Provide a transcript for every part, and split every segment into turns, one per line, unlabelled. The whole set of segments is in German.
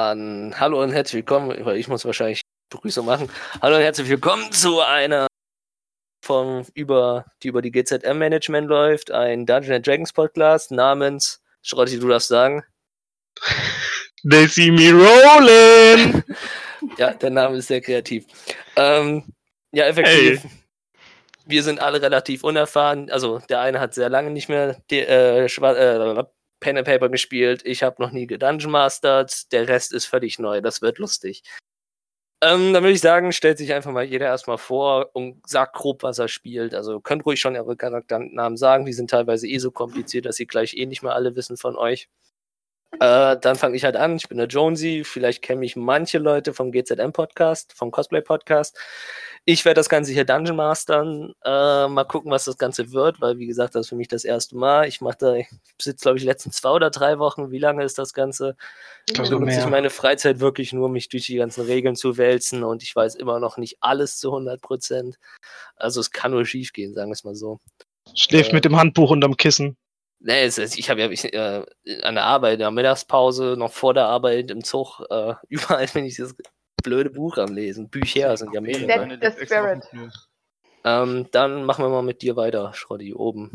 Dann hallo und herzlich willkommen, weil ich muss wahrscheinlich Begrüßung machen. Hallo und herzlich willkommen zu einer vom über die über die GZM Management läuft, ein Dungeon and Dragons Podcast namens Schrotti, du darfst sagen.
They see me rolling.
ja, der Name ist sehr kreativ. Ähm, ja, effektiv. Hey. Wir sind alle relativ unerfahren. Also der eine hat sehr lange nicht mehr die, äh, Schwa- äh, Pen and Paper gespielt, ich habe noch nie gedungeon mastert, der Rest ist völlig neu, das wird lustig. Ähm, dann würde ich sagen, stellt sich einfach mal jeder erstmal vor und sagt grob, was er spielt. Also könnt ruhig schon eure Charakternamen sagen, die sind teilweise eh so kompliziert, dass sie gleich eh nicht mehr alle wissen von euch. Äh, dann fange ich halt an, ich bin der Jonesy, vielleicht kennen mich manche Leute vom GZM-Podcast, vom Cosplay-Podcast. Ich werde das Ganze hier Dungeon Mastern. Äh, mal gucken, was das Ganze wird, weil wie gesagt, das ist für mich das erste Mal. Ich mache da, ich sitze, glaube ich, die letzten zwei oder drei Wochen. Wie lange ist das Ganze? Da also benutze ich meine Freizeit wirklich nur, mich durch die ganzen Regeln zu wälzen und ich weiß immer noch nicht alles zu 100 Prozent. Also es kann nur schief gehen, sagen wir es mal so.
Schläft äh, mit dem Handbuch unterm Kissen.
Nee, Ne, es, ich habe ja ich, äh, an der Arbeit, in der Mittagspause, noch vor der Arbeit, im Zug, äh, überall bin ich das blöde Buch am Lesen. Bücher sind ja mehrere.
That's the spirit.
Ähm, dann machen wir mal mit dir weiter, Schroddi, oben.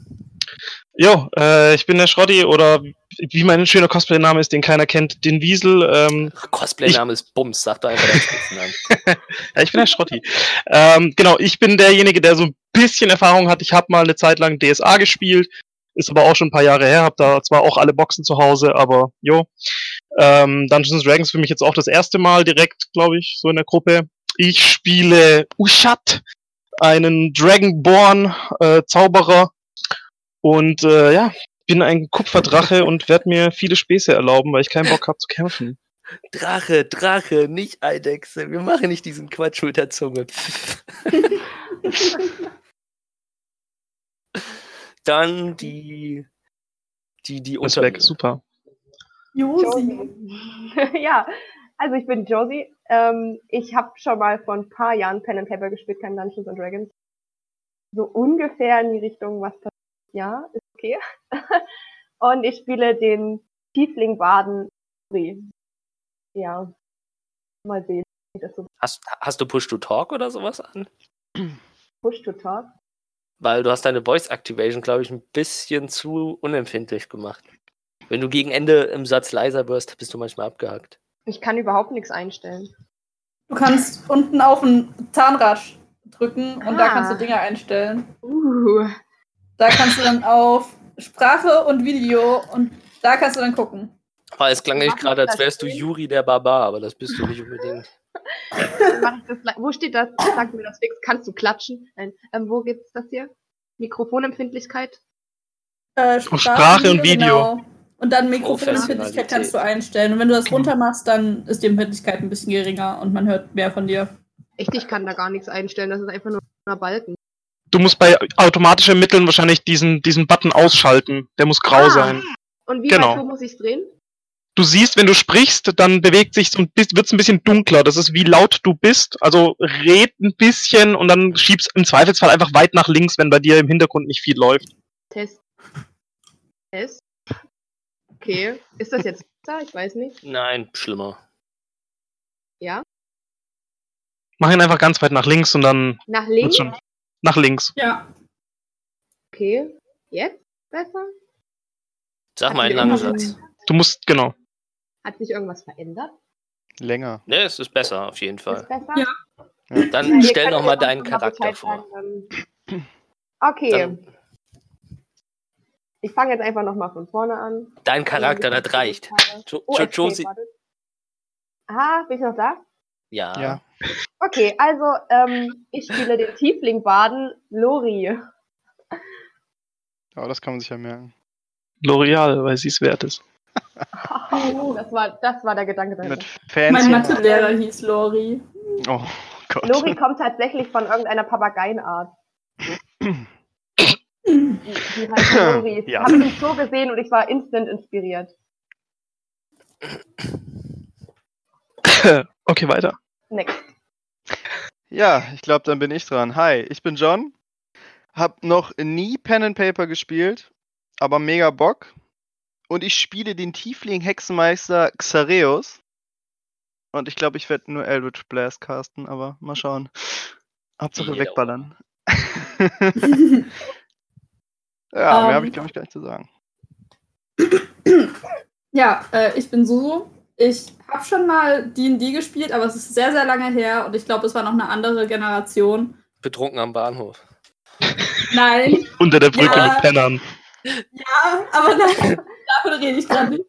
Jo, äh, ich bin der Schroddi oder wie mein schöner Cosplay-Name ist, den keiner kennt, den Wiesel. Ähm,
Cosplay-Name ist Bums, sag doch einfach
deinen ja, ich bin der Schrotti. ähm, genau, ich bin derjenige, der so ein bisschen Erfahrung hat. Ich habe mal eine Zeit lang DSA gespielt, ist aber auch schon ein paar Jahre her, habe da zwar auch alle Boxen zu Hause, aber jo. Ähm, Dungeons Dragons für mich jetzt auch das erste Mal direkt, glaube ich, so in der Gruppe. Ich spiele Ushat, einen Dragonborn äh, Zauberer und äh, ja, bin ein Kupferdrache und werde mir viele Späße erlauben, weil ich keinen Bock habe zu kämpfen.
Drache, Drache, nicht Eidechse. Wir machen nicht diesen Quatsch mit der Zunge. dann die die die
unter weg, super.
Josi. ja, also ich bin Josie. Ähm, ich habe schon mal vor ein paar Jahren Pen and Paper gespielt, kein Dungeons and Dragons. So ungefähr in die Richtung, was passiert. Ja, ist okay. Und ich spiele den Tiefling Baden. Ja, mal sehen,
wie das so. Hast, hast du Push to Talk oder sowas an?
Push to Talk?
weil du hast deine Voice Activation, glaube ich, ein bisschen zu unempfindlich gemacht. Wenn du gegen Ende im Satz leiser wirst, bist du manchmal abgehackt.
Ich kann überhaupt nichts einstellen.
Du kannst unten auf ein Zahnrad drücken und ah. da kannst du Dinge einstellen.
Uh.
Da kannst du dann auf Sprache und Video und da kannst du dann gucken.
Weil es klang nicht gerade, als wärst du Juri der Barbar, aber das bist du nicht unbedingt.
Das, wo steht das? Sag mir das fix. Kannst du klatschen? Nein. Ähm, wo gibt's das hier? Mikrofonempfindlichkeit?
Äh,
Sprache, Sprache und Video. Genau.
Und dann Mikrofonempfindlichkeit kannst du einstellen. Und wenn du das runter machst, dann ist die Empfindlichkeit ein bisschen geringer und man hört mehr von dir.
Echt, ich kann da gar nichts einstellen. Das ist einfach nur ein Balken.
Du musst bei automatischen Mitteln wahrscheinlich diesen, diesen Button ausschalten. Der muss grau ah. sein.
Und wie genau. weit muss ich drehen?
du siehst, wenn du sprichst, dann bewegt sich so ein bisschen, wird's ein bisschen dunkler. Das ist wie laut du bist. Also red ein bisschen und dann schiebst im Zweifelsfall einfach weit nach links, wenn bei dir im Hintergrund nicht viel läuft.
Test. Test. Okay. Ist das jetzt besser? Ich weiß nicht.
Nein, schlimmer.
Ja?
Mach ihn einfach ganz weit nach links und dann.
Nach links?
Schon. Nach links.
Ja.
Okay. Jetzt besser?
Sag mal einen langen Satz.
Du musst, genau.
Hat sich irgendwas verändert?
Länger.
Ne, es ist besser auf jeden Fall.
Ist besser?
Ja.
ja. Dann ja, stell noch mal deinen Charakter vor.
Dann, okay. Dann. ich fange jetzt einfach noch mal von vorne an.
Dein Charakter, das reicht. Jo oh, Josie.
Aha, Ah, bin ich noch da?
Ja. ja.
Okay, also ähm, ich spiele den Tiefling-Baden Lori.
Oh, das kann man sich ja merken.
L'Oreal, weil sie es wert ist.
Oh, das, war, das war der Gedanke dahinter.
Mein
genau.
Mathelehrer hieß Lori.
Oh Gott.
Lori kommt tatsächlich von irgendeiner Papageienart. die, die heißt Lori. Ich ja. habe den Zoo gesehen und ich war instant inspiriert.
Okay, weiter.
Next.
Ja, ich glaube, dann bin ich dran. Hi, ich bin John. Hab noch nie Pen and Paper gespielt, aber mega Bock und ich spiele den Tiefling Hexenmeister Xareus, Und ich glaube, ich werde nur Eldritch Blast casten, aber mal schauen. Hauptsache
Ja.
wegballern. ja, mehr habe ich, glaube ich, gar nicht zu sagen.
Ja, äh, ich bin Susu. Ich habe schon mal D&D gespielt, aber es ist sehr, sehr lange her und ich glaube, es war noch eine andere Generation.
Betrunken am Bahnhof.
Nein,
Unter der Brücke
Ja.
mit Pennern.
ja, aber nein, davon rede ich gerade nicht.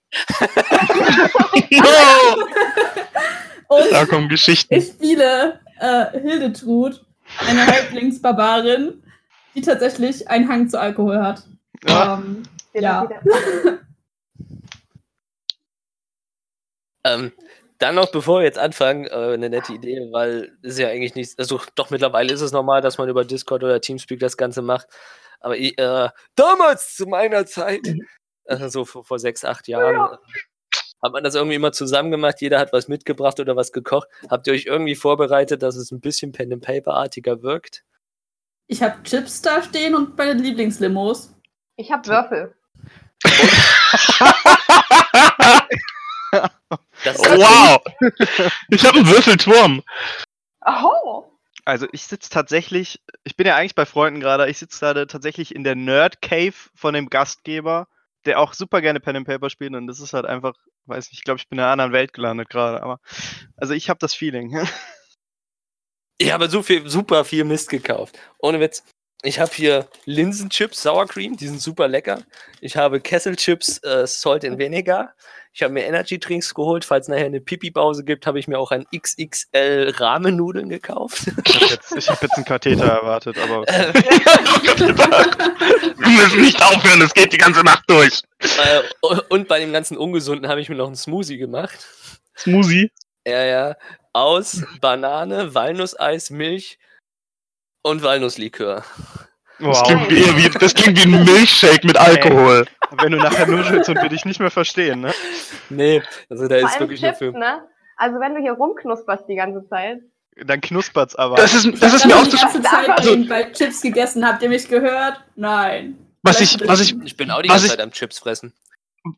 No!
Und
Da kommen Geschichten.
ich spiele äh, Hildetrud, eine Halblingsbarbarin, die tatsächlich einen Hang zu Alkohol hat.
Ja,
Ähm,
Wir
Ja.
sind wieder-
Ähm, dann noch, bevor wir jetzt anfangen, äh, eine nette Idee, weil es ist ja eigentlich nichts, also doch mittlerweile ist es normal, dass man über Discord oder Teamspeak das Ganze macht. Aber ich, äh, damals zu meiner Zeit, also so vor, vor sechs, acht Jahren, äh, hat man das irgendwie immer zusammen gemacht, jeder hat was mitgebracht oder was gekocht. Habt ihr euch irgendwie vorbereitet, dass es ein bisschen Pen and Paper-artiger wirkt?
ich habe Chips da stehen und meine Lieblingslimos.
Ich habe Würfel.
Das ist
Wow! Ich habe einen Würfelturm.
Oh,
also ich sitze tatsächlich, ich bin ja eigentlich bei Freunden gerade, ich sitze gerade tatsächlich in der Nerd Cave von dem Gastgeber, der auch super gerne Pen and Paper spielt und das ist halt einfach, weiß nicht, ich glaube, ich bin in einer anderen Welt gelandet gerade, aber also ich habe das Feeling.
Ich habe so viel, super viel Mist gekauft. Ohne Witz. Ich habe hier Linsenchips, Sour Cream, die sind super lecker. Ich habe Kesselchips, äh, Salt and Vinegar. Ich habe mir Energy Drinks geholt. Falls nachher eine Pipi-Pause gibt, habe ich mir auch ein XXL Rahmennudeln gekauft.
Ich habe jetzt, ich hab jetzt einen Katheter erwartet, aber
Äh,
Wir müssen nicht aufhören, es geht die ganze Nacht durch.
äh, u- und bei dem ganzen Ungesunden habe ich mir noch einen Smoothie gemacht.
Smoothie.
Ja, ja. Aus Banane, Walnusseis, Milch und Walnusslikör.
Das,
wow.
klingt wie- eher wie, das klingt wie ein Milchshake mit Alkohol.
wenn du nachher nuschelst und wir dich nicht mehr verstehen, ne?
Nee, also da
vor
ist
allem
wirklich nur
Chips,
für.
ne? Also wenn du hier rumknusperst die ganze Zeit.
Dann knuspert's aber.
Das ist, das ist
Ich
mir
hab
auch
die
das,
ganze Zeit
also-
nebenbei Chips gegessen. Habt ihr mich gehört? Nein.
was ich, was ich,
Ich bin auch die
Was
ganze
ich-
Zeit am Chips fressen.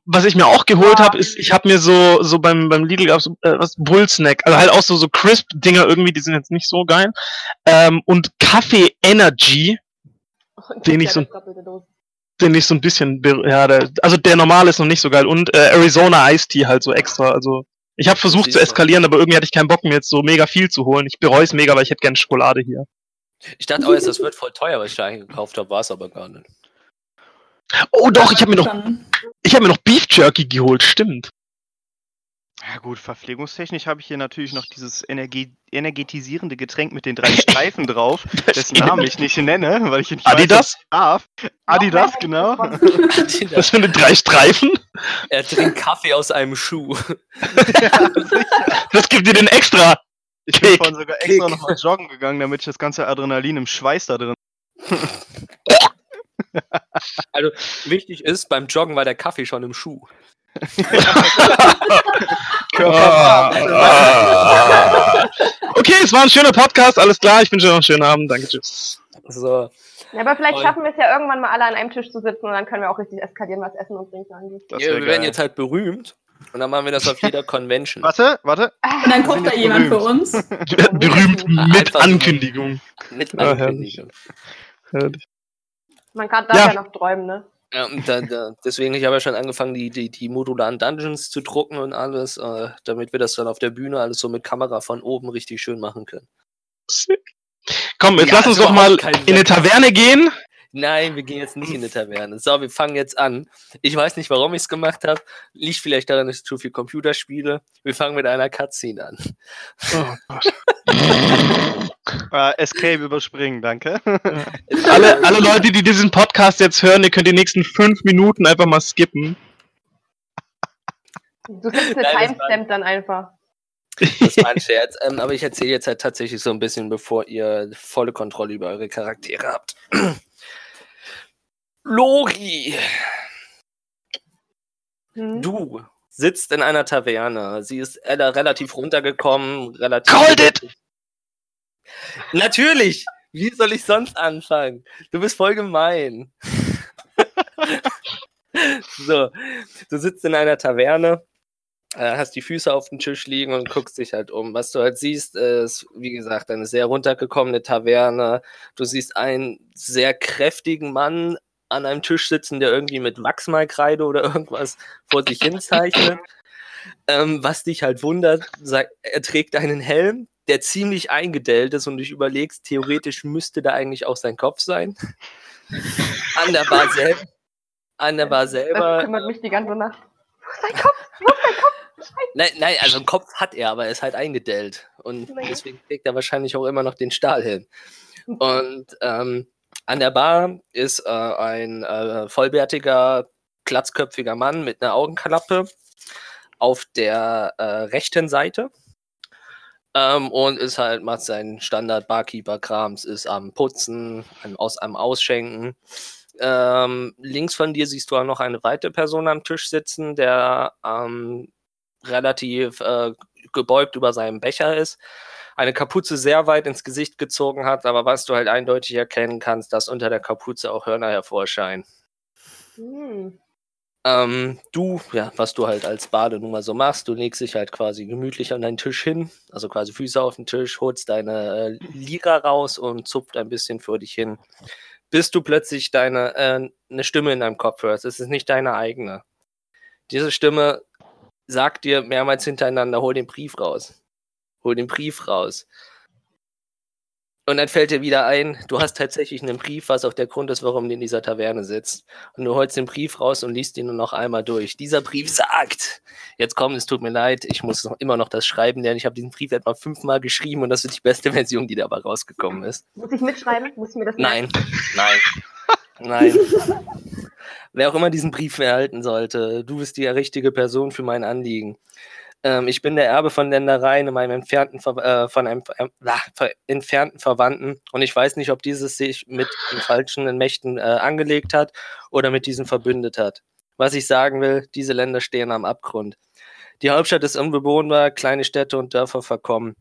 was ich mir auch geholt habe, ist, ich habe mir so, so beim, beim Lidl gab's äh, was, Bullsnack, also halt auch so, so Crisp-Dinger irgendwie, die sind jetzt nicht so geil. Ähm, und Kaffee Energy,
Und
Den
kriegst
ich so-
ja das Doppelte Dosis.
den ich so ein bisschen, be- ja, der, also der normale ist noch nicht so geil. Und äh, Arizona Iced Tea halt so extra, also. Ich habe versucht zu
Siehst du.
eskalieren, aber irgendwie hatte ich keinen Bock, mir jetzt so mega viel zu holen. Ich bereue es mega, weil ich hätte gerne Schokolade hier.
Ich dachte auch, erst, das wird voll teuer, was ich da eingekauft habe, war es aber gar nicht.
Oh doch, ich habe mir noch,
Dann-
ich habe mir noch Beef Jerky geholt, stimmt.
Ja gut, verpflegungstechnisch habe ich hier natürlich noch dieses energie energetisierende Getränk mit den drei Streifen drauf, dessen Namen ich nicht nenne, weil ich ihn nicht
Adidas?
Weiß, darf. Adidas,
Noch mehr
genau.
Werbung für Sponsor.
Das sind drei Streifen.
er trinkt Kaffee aus einem Schuh.
Das gibt dir den extra.
Ich bin
Kick.
vorhin sogar extra nochmal joggen gegangen, damit ich das ganze Adrenalin im Schweiß da drin.
Wichtig ist, beim Joggen war der Kaffee schon im Schuh.
Ah. Okay, es war ein schöner Podcast, alles klar. Ich wünsche dir noch einen schönen Abend. Danke, tschüss.
So.
Ja, aber vielleicht
Voll.
schaffen wir es ja irgendwann mal alle an einem Tisch zu sitzen und dann können wir auch richtig eskalieren, was Essen und Trinken angeht.
Das
Ja,
wär
wir werden
geil.
jetzt halt berühmt und dann machen wir das auf jeder Convention.
Warte, warte.
Und dann kocht
Ah,
sind
da
jetzt
jemand für
berühmt.
uns.
Berühmt mit
Einfach so.
Ankündigung.
Mit
Ja,
Ankündigung.
Man kann da
Ja.
ja. noch träumen, ne?
Ja, und da, da, deswegen, ich habe ja schon angefangen, die, die, die modularen Dungeons zu drucken und alles, äh, damit wir das dann auf der Bühne alles so mit Kamera von oben richtig schön machen können.
Sick. Komm, jetzt
Ja,
lass uns
also
ist
doch mal
überhaupt kein
in eine
Wert.
Taverne gehen.
Nein, wir gehen jetzt nicht in die Taverne. So, wir fangen jetzt an. Ich weiß nicht, warum ich es gemacht habe. Liegt vielleicht daran, dass ich zu viel Computerspiele. Wir fangen mit einer Cutscene an.
Oh, Äh, Escape überspringen, danke.
Alle, alle Leute, die diesen Podcast jetzt hören, ihr könnt die nächsten fünf Minuten einfach mal skippen.
Du setzt
Nein,
eine
das war-
Timestamp dann einfach.
Das war ein Scherz. Ähm, aber ich erzähle jetzt halt tatsächlich so ein bisschen, bevor ihr volle Kontrolle über eure Charaktere habt. Lori,
Hm?
du sitzt in einer Taverne. Sie ist äh, relativ runtergekommen. Relativ
Goldet!
Natürlich! Wie soll ich sonst anfangen? Du bist voll gemein. so, du sitzt in einer Taverne äh, hast die Füße auf den Tisch liegen und guckst dich halt um. Was du halt siehst, ist, wie gesagt, eine sehr runtergekommene Taverne. Du siehst einen sehr kräftigen Mann an einem Tisch sitzen, der irgendwie mit Wachsmalkreide oder irgendwas vor sich hin zeichnet. Ähm, was dich halt wundert, sag, er trägt einen Helm, der ziemlich eingedellt ist und du überlegst, theoretisch müsste da eigentlich auch sein Kopf sein. An der Bar, sel an der Bar
Das
selber.
kümmert mich die ganze Nacht. Wo ist dein Kopf? Wo ist dein Kopf?
Nein, nein, also einen Kopf hat er, aber er ist halt eingedellt. Und
Naja.
deswegen trägt er wahrscheinlich auch immer noch den Stahl hin. Und ähm, an der Bar ist äh, ein äh, vollbärtiger, glatzköpfiger Mann mit einer Augenklappe auf der äh, rechten Seite. Ähm, und ist halt, macht seinen Standard-Barkeeper-Krams, ist am Putzen, am, aus, am Ausschenken. Ähm, links von dir siehst du auch noch eine weitere Person am Tisch sitzen, der ähm, relativ äh, gebeugt über seinem Becher ist, eine Kapuze sehr weit ins Gesicht gezogen hat, aber was du halt eindeutig erkennen kannst, dass unter der Kapuze auch Hörner hervorscheinen.
Hm.
Ähm, du, ja, was du halt als Bade nun mal so machst, du legst dich halt quasi gemütlich an deinen Tisch hin, also quasi Füße auf den Tisch, holst deine äh, Lira raus und zupft ein bisschen vor dich hin, bis du plötzlich deine äh, eine Stimme in deinem Kopf hörst. Es ist nicht deine eigene. Diese Stimme sagt dir mehrmals hintereinander: Hol den Brief raus, hol den Brief raus. Und dann fällt dir wieder ein, du hast tatsächlich einen Brief, was auch der Grund ist, warum du in dieser Taverne sitzt und du holst den Brief raus und liest ihn nur noch einmal durch. Dieser Brief sagt, jetzt komm, es tut mir leid, ich muss noch immer noch das schreiben lernen. Ich habe diesen Brief etwa fünfmal geschrieben und das ist die beste Version, die dabei rausgekommen ist.
Muss ich mitschreiben? Muss ich mir das
Nein, nein, nein. Wer auch immer diesen Brief erhalten sollte, du bist die richtige Person für mein Anliegen. Ähm, ich bin der Erbe von Ländereien in meinem entfernten, Ver äh, von einem äh, ah, ver entfernten Verwandten und ich weiß nicht, ob dieses sich mit den falschen Mächten äh, angelegt hat oder mit diesen verbündet hat. Was ich sagen will, diese Länder stehen am Abgrund. Die Hauptstadt ist unbewohnbar, kleine Städte und Dörfer verkommen.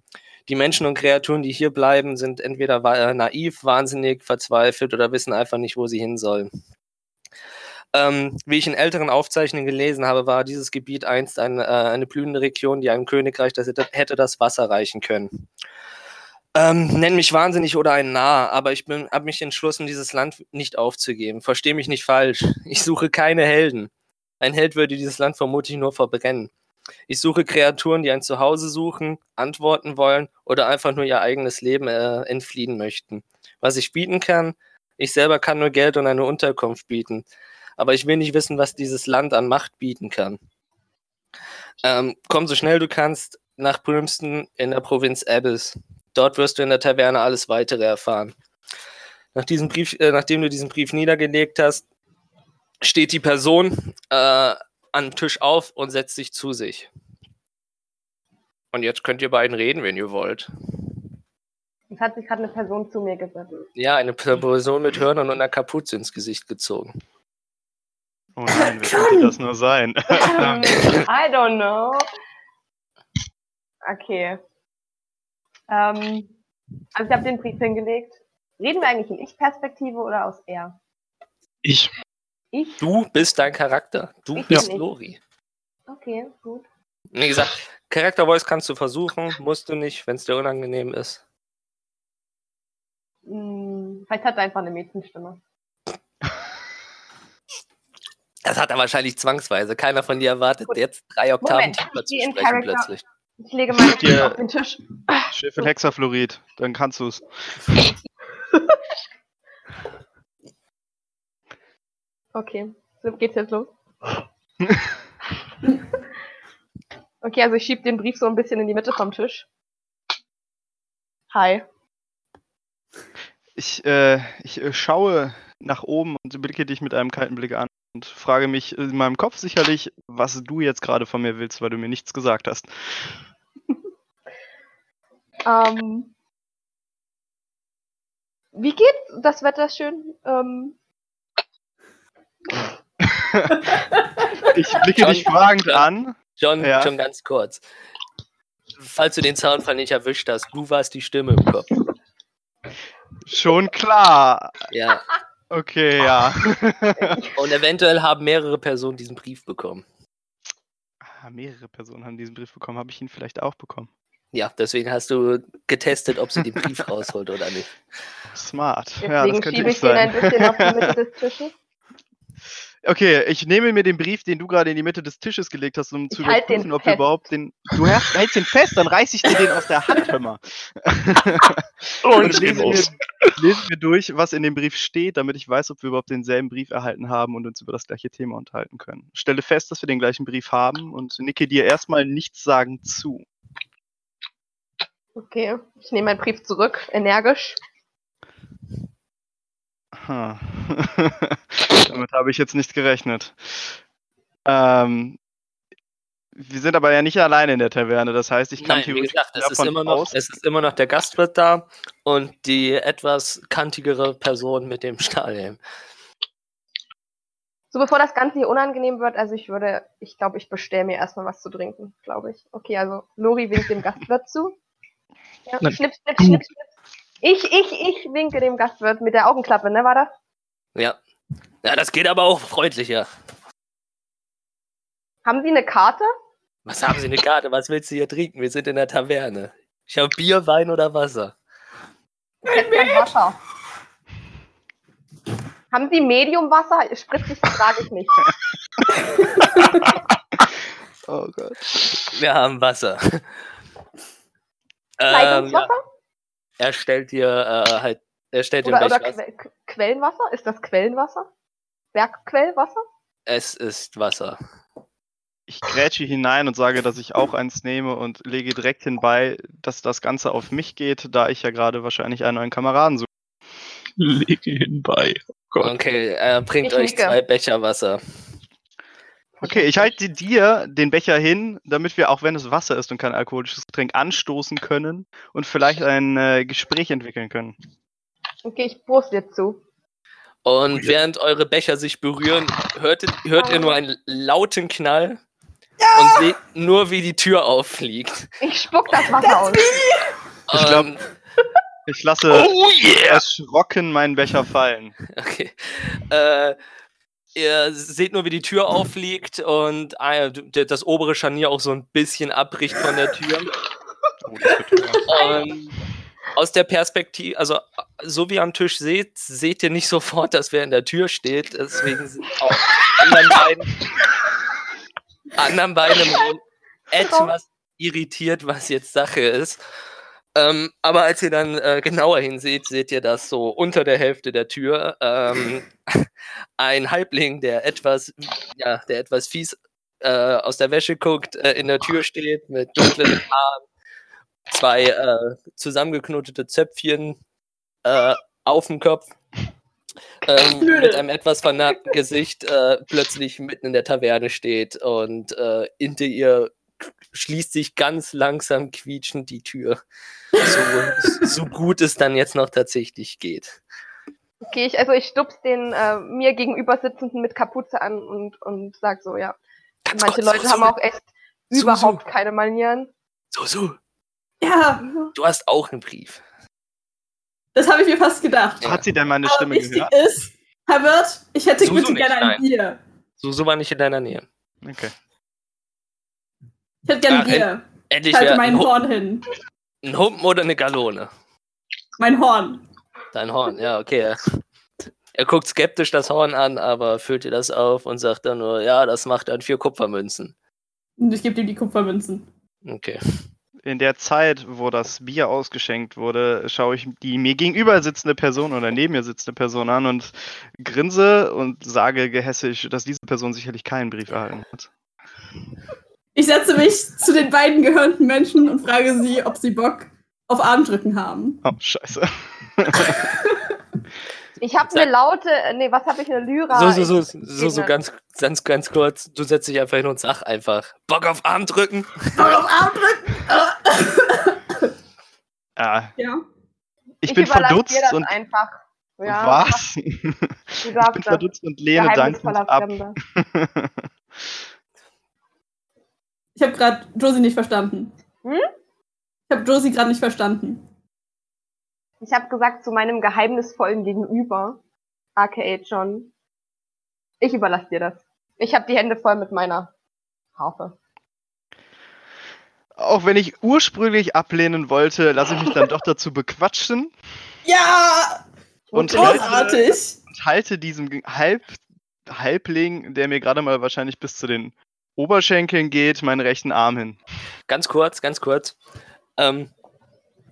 Die Menschen und Kreaturen, die hier bleiben, sind entweder wa äh, naiv, wahnsinnig, verzweifelt oder wissen einfach nicht, wo sie hin sollen. Ähm, wie ich in älteren Aufzeichnungen gelesen habe, war dieses Gebiet einst ein, äh, eine blühende Region, die einem Königreich das hätte, hätte das Wasser reichen können. Ähm, nenn mich wahnsinnig oder ein Narr, aber ich habe mich entschlossen, dieses Land nicht aufzugeben. Versteh mich nicht falsch. Ich suche keine Helden. Ein Held würde dieses Land vermutlich nur verbrennen. Ich suche Kreaturen, die ein Zuhause suchen, antworten wollen oder einfach nur ihr eigenes Leben äh, entfliehen möchten. Was ich bieten kann, ich selber kann nur Geld und eine Unterkunft bieten. Aber ich will nicht wissen, was dieses Land an Macht bieten kann. Ähm, komm so schnell du kannst nach Brümston in der Provinz Abyss. Dort wirst du in der Taverne alles weitere erfahren. Nach diesem Brief, äh, nachdem du diesen Brief niedergelegt hast, steht die Person äh, an den Tisch auf und setzt sich zu sich. Und jetzt könnt ihr beiden reden, wenn ihr wollt.
Es hat sich gerade eine Person zu mir gesetzt.
Ja, eine Person mit Hörnern und einer Kapuze ins Gesicht gezogen.
Oh nein, wer könnte das nur sein?
Ähm, I don't know. Okay. Ähm, also ich habe den Brief hingelegt. Reden wir eigentlich in Ich-Perspektive oder aus Er?
Ich.
Ich?
Du bist dein Charakter. Du
Ich
bist
bin ich.
Lori.
Okay, gut.
Wie gesagt, Character Voice kannst du versuchen, musst du nicht, wenn es dir unangenehm ist.
Hm, vielleicht hat er einfach eine Mädchenstimme.
Das hat er wahrscheinlich zwangsweise. Keiner von dir erwartet
Gut.
jetzt drei Oktaven
Moment,
tiefer
ich
zu
gehe in
sprechen
Character.
plötzlich.
Ich lege meine
Dir-
Hände auf den Tisch.
Schiff und Hexafluorid, dann kannst du es.
Okay, so geht's jetzt los. okay, also ich schieb den Brief so ein bisschen in die Mitte vom Tisch. Hi.
Ich, äh, ich äh, schaue nach oben und blicke dich mit einem kalten Blick an und frage mich in meinem Kopf sicherlich, was du jetzt gerade von mir willst, weil du mir nichts gesagt hast.
Ähm, wie geht das Wetter schön? Ähm,
Ich blicke dich
Schon-
fragend
ja.
an.
John,
Ja.
schon ganz kurz. Falls du den Soundfall nicht erwischt hast, du warst die Stimme im Kopf.
Schon klar.
Ja.
Okay, ja.
Und eventuell haben mehrere Personen diesen Brief bekommen.
Ah, mehrere Personen haben diesen Brief bekommen. Habe ich ihn vielleicht auch bekommen?
Ja, deswegen hast du getestet, ob sie den Brief rausholt oder nicht.
Smart. ja, das
Deswegen
könnte
schiebe
ich
ich den ein
sein.
bisschen auf die Mitte des Tisches.
Okay, ich nehme mir den Brief, den du gerade in die Mitte des Tisches gelegt hast, um zu
Ich halt den
überprüfen, ob du
fest.
überhaupt den. Du hältst hältst den fest, dann reiß ich dir den aus der Hand, hör mal.
Und
ich
ich bin
lese
los.
mir, lese mir durch, was in dem Brief steht, damit ich weiß, ob wir überhaupt denselben Brief erhalten haben und uns über das gleiche Thema unterhalten können. Stelle fest, dass wir den gleichen Brief haben und nicke dir erstmal nichts sagen zu.
Okay, ich nehme meinen Brief zurück, energisch.
Hm. Damit habe ich jetzt nicht gerechnet. Ähm, wir sind aber ja nicht alleine in der Taverne, das heißt, ich kann
Nein, wie
theoretisch
gesagt, es ist,
davon
immer noch,
aus-
es ist immer noch der Gastwirt da und die etwas kantigere Person mit dem Stahlhelm.
So, bevor das Ganze hier unangenehm wird, also ich würde, ich glaube, ich bestelle mir erstmal was zu trinken, glaube ich. Okay, also Lori winkt dem Gastwirt zu. Ja,
Nein,
schnipp, schnipp,
du.
schnipp, schnipp. Ich, ich, ich winke dem Gastwirt mit der Augenklappe, ne, war das?
Ja. Ja, das geht aber auch freundlicher.
Haben Sie eine Karte?
Was haben Sie eine Karte? Was willst du hier trinken? Wir sind in der Taverne. Ich habe Bier, Wein oder Wasser.
Ein Wasser. Haben Sie Mediumwasser? Spritzig frage ich nicht.
Oh Gott.
Wir haben Wasser. Ähm, ja,
Leitungswasser?
er stellt dir äh, halt, er stellt dir
oder
welche
oder
Wasser.
Que Que- Quellenwasser? Ist das Quellenwasser? Bergquellwasser?
Es ist Wasser.
Ich grätsche hinein und sage, dass ich auch eins nehme und lege direkt hinbei, dass das Ganze auf mich geht, da ich ja gerade wahrscheinlich einen neuen Kameraden suche.
Lege hinbei. Gott.
Okay, er bringt
Ich
euch
nicke.
zwei Becher Wasser.
Okay, ich halte dir den Becher hin, damit wir, auch wenn es Wasser ist und kein alkoholisches Getränk, anstoßen können und vielleicht ein äh, Gespräch entwickeln können.
Okay, ich brust dir zu.
Oh,
Und während eure Becher sich berühren, hört, hört ihr nur einen lauten Knall und seht nur, wie die Tür auffliegt.
Ich spuck das Wasser aus.
Ich glaub-
Ähm,
Ich lasse
Oh yeah!
erschrocken meinen Becher fallen.
Okay. Äh, ihr seht nur, wie die Tür auffliegt und ein- d- das obere Scharnier auch so ein bisschen abbricht von der Tür.
Oh, das wird teuer.
Und aus der Perspektive, also so wie ihr am Tisch seht, seht ihr nicht sofort, dass wer in der Tür steht. Deswegen sind auch die anderen beiden, anderen beiden im Raum etwas irritiert, was jetzt Sache ist. Ähm, aber als ihr dann äh, genauer hinseht, seht ihr, dass so unter der Hälfte der Tür ähm, ein Halbling, der etwas, ja, der etwas fies äh, aus der Wäsche guckt, äh, in der Tür steht mit dunklen Haaren, zwei äh, zusammengeknotete Zöpfchen äh, auf dem Kopf, ähm,
Knödel.
mit einem etwas vernarbten Gesicht äh, plötzlich mitten in der Taverne steht und äh, hinter ihr schließt sich ganz langsam quietschend die Tür. So, so gut es dann jetzt noch tatsächlich geht.
Okay, ich, also ich stups den äh, mir gegenüber sitzenden mit Kapuze an und, und sag so, ja.
Ganz
Manche
kurz,
Leute
Susu,
haben auch echt
Susu.
überhaupt keine Manieren.
Susu,
Ja,
du hast auch einen Brief.
das habe ich mir fast gedacht.
Ja.
Hat sie
Oh,
denn meine
Aber
Stimme
wichtig
gehört?
ist, Herr Wirt, ich hätte
Susu
bitte
nicht,
gerne ein
nein.
Bier.
Susu war nicht in deiner Nähe.
Okay.
Ich hätte gerne
Ach,
ein Bier. Ich
Endlich
halte
wäre ein,
mein
Hu-
Horn hin.
ein Humpen oder eine Gallone.
Mein Horn.
Dein Horn, ja, okay. Er, er guckt skeptisch das Horn an, aber füllt dir das auf und sagt dann nur, ja, das macht dann vier Kupfermünzen.
Und ich gebe ihm die Kupfermünzen.
Okay.
In der Zeit, wo das Bier ausgeschenkt wurde, schaue ich die mir gegenüber sitzende Person oder neben mir sitzende Person an und grinse und sage gehässig, dass diese Person sicherlich keinen Brief erhalten hat.
Ich setze mich zu den beiden gehörnten Menschen und frage sie, ob sie Bock auf Armdrücken haben.
Oh, scheiße.
Ich habe
Sag-
eine laute, äh, nee, was habe ich, eine Lyra?
So, so, so, so, so
Gegner.
ganz, ganz, ganz kurz. Du setzt dich einfach hin und sag einfach, Bock auf Arm drücken.
Bock auf Armdrücken?
Ah,
Ja.
ich, bin
überlasse dir
verdutzt
das
und.
einfach. Ja,
was? Ich
Du
bin
darfst das.
verdutzt und lehne dankend
Geheimnisvoller
ab.
Fremder.
Ich habe gerade Josie nicht verstanden.
Hm?
Ich habe Josie gerade nicht verstanden.
Ich habe gesagt, zu meinem geheimnisvollen Gegenüber, aka John, ich überlasse dir das. Ich habe die Hände voll mit meiner Harfe.
Auch wenn ich ursprünglich ablehnen wollte, lasse ich mich dann doch dazu bequatschen
Ja!
Und
großartig!
und halte diesem Halb Halbling, der mir gerade mal wahrscheinlich bis zu den Oberschenkeln geht, meinen rechten Arm hin.
Ganz kurz, ganz kurz. Ähm,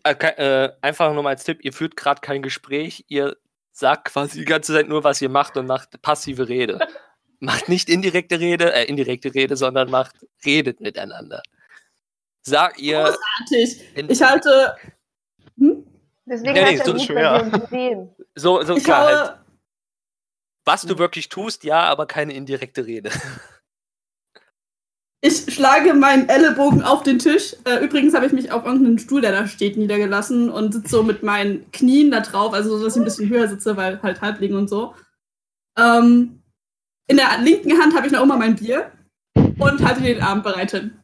äh, ke- äh, einfach nur mal als Tipp, ihr führt gerade kein Gespräch, ihr sagt quasi die ganze Zeit nur, was ihr macht und macht passive Rede. Macht nicht indirekte Rede, äh, indirekte Rede, sondern macht, redet miteinander. Sag ihr.
Großartig!
in-
Ich halte. Hm?
Deswegen
Nee,
heißt
nee,
er
so
gut, wenn
schwer.
wir uns sehen.
So, so
Ich
klar, halt,
haue.
was du wirklich tust, ja, aber keine indirekte Rede.
Ich schlage meinen Ellenbogen auf den Tisch. Äh, übrigens habe ich mich auf irgendeinen Stuhl, der da steht, niedergelassen und sitze so mit meinen Knien da drauf, also so, dass ich ein bisschen höher sitze, weil halt halb liegen und so. Ähm, in der linken Hand habe ich noch immer mein Bier und halte den Arm bereit hin.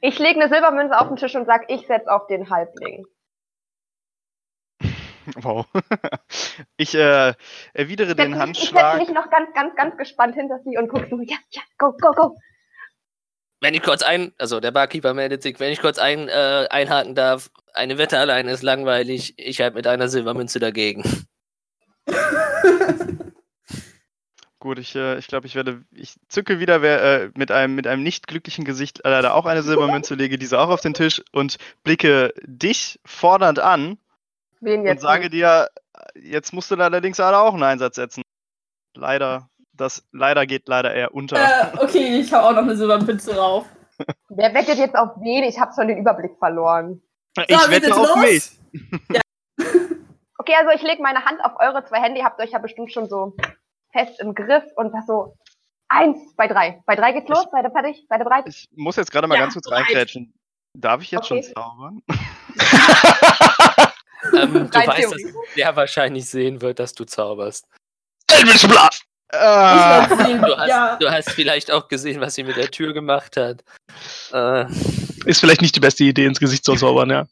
Ich lege eine Silbermünze auf den Tisch und sag, ich setz auf den Halbling.
Wow. Ich äh, erwidere
setz
den
mich-
Handschlag.
Ich setze mich noch ganz, ganz, ganz gespannt hinter sie und guck so, ja, ja, go, go, go.
Wenn ich kurz ein, also der Barkeeper meldet sich, wenn ich kurz ein, äh, einhaken darf, eine Wette allein ist langweilig, ich halt mit einer Silbermünze dagegen.
Gut, ich, äh, ich glaube, ich werde. Ich zücke wieder wer, äh, mit, einem, mit einem nicht glücklichen Gesicht leider auch eine Silbermünze, lege diese auch auf den Tisch und blicke dich fordernd an
Wen
und
jetzt?
sage dir, äh, jetzt musst du allerdings leider auch einen Einsatz setzen. Leider. Das leider geht leider eher unter.
Äh, okay, ich hau auch noch eine Silbermünze rauf.
Wer wettet jetzt auf wen? Ich habe schon den Überblick verloren.
ich
wir sind
wette auf
los.
mich.
Okay, also ich lege meine Hand auf eure zwei Hände. Ihr habt euch ja bestimmt schon so fest im Griff und sag so, eins bei drei. Bei drei geht's los, seid ihr fertig, seid ihr bereit?
Ich muss jetzt gerade mal
Ja,
ganz kurz
bereit.
reinkrätschen. Darf ich jetzt
Okay.
schon zaubern?
Ähm, du
Rein
weißt, dass
theoretisch.
der wahrscheinlich sehen wird, dass du zauberst.
Elvish Blast!
Ich
Ah,
lasse den,
Du hast,
ja.
du hast vielleicht auch gesehen, was sie mit der Tür gemacht hat. Äh,
Ist vielleicht nicht die beste Idee, ins Gesicht zu zaubern, ja.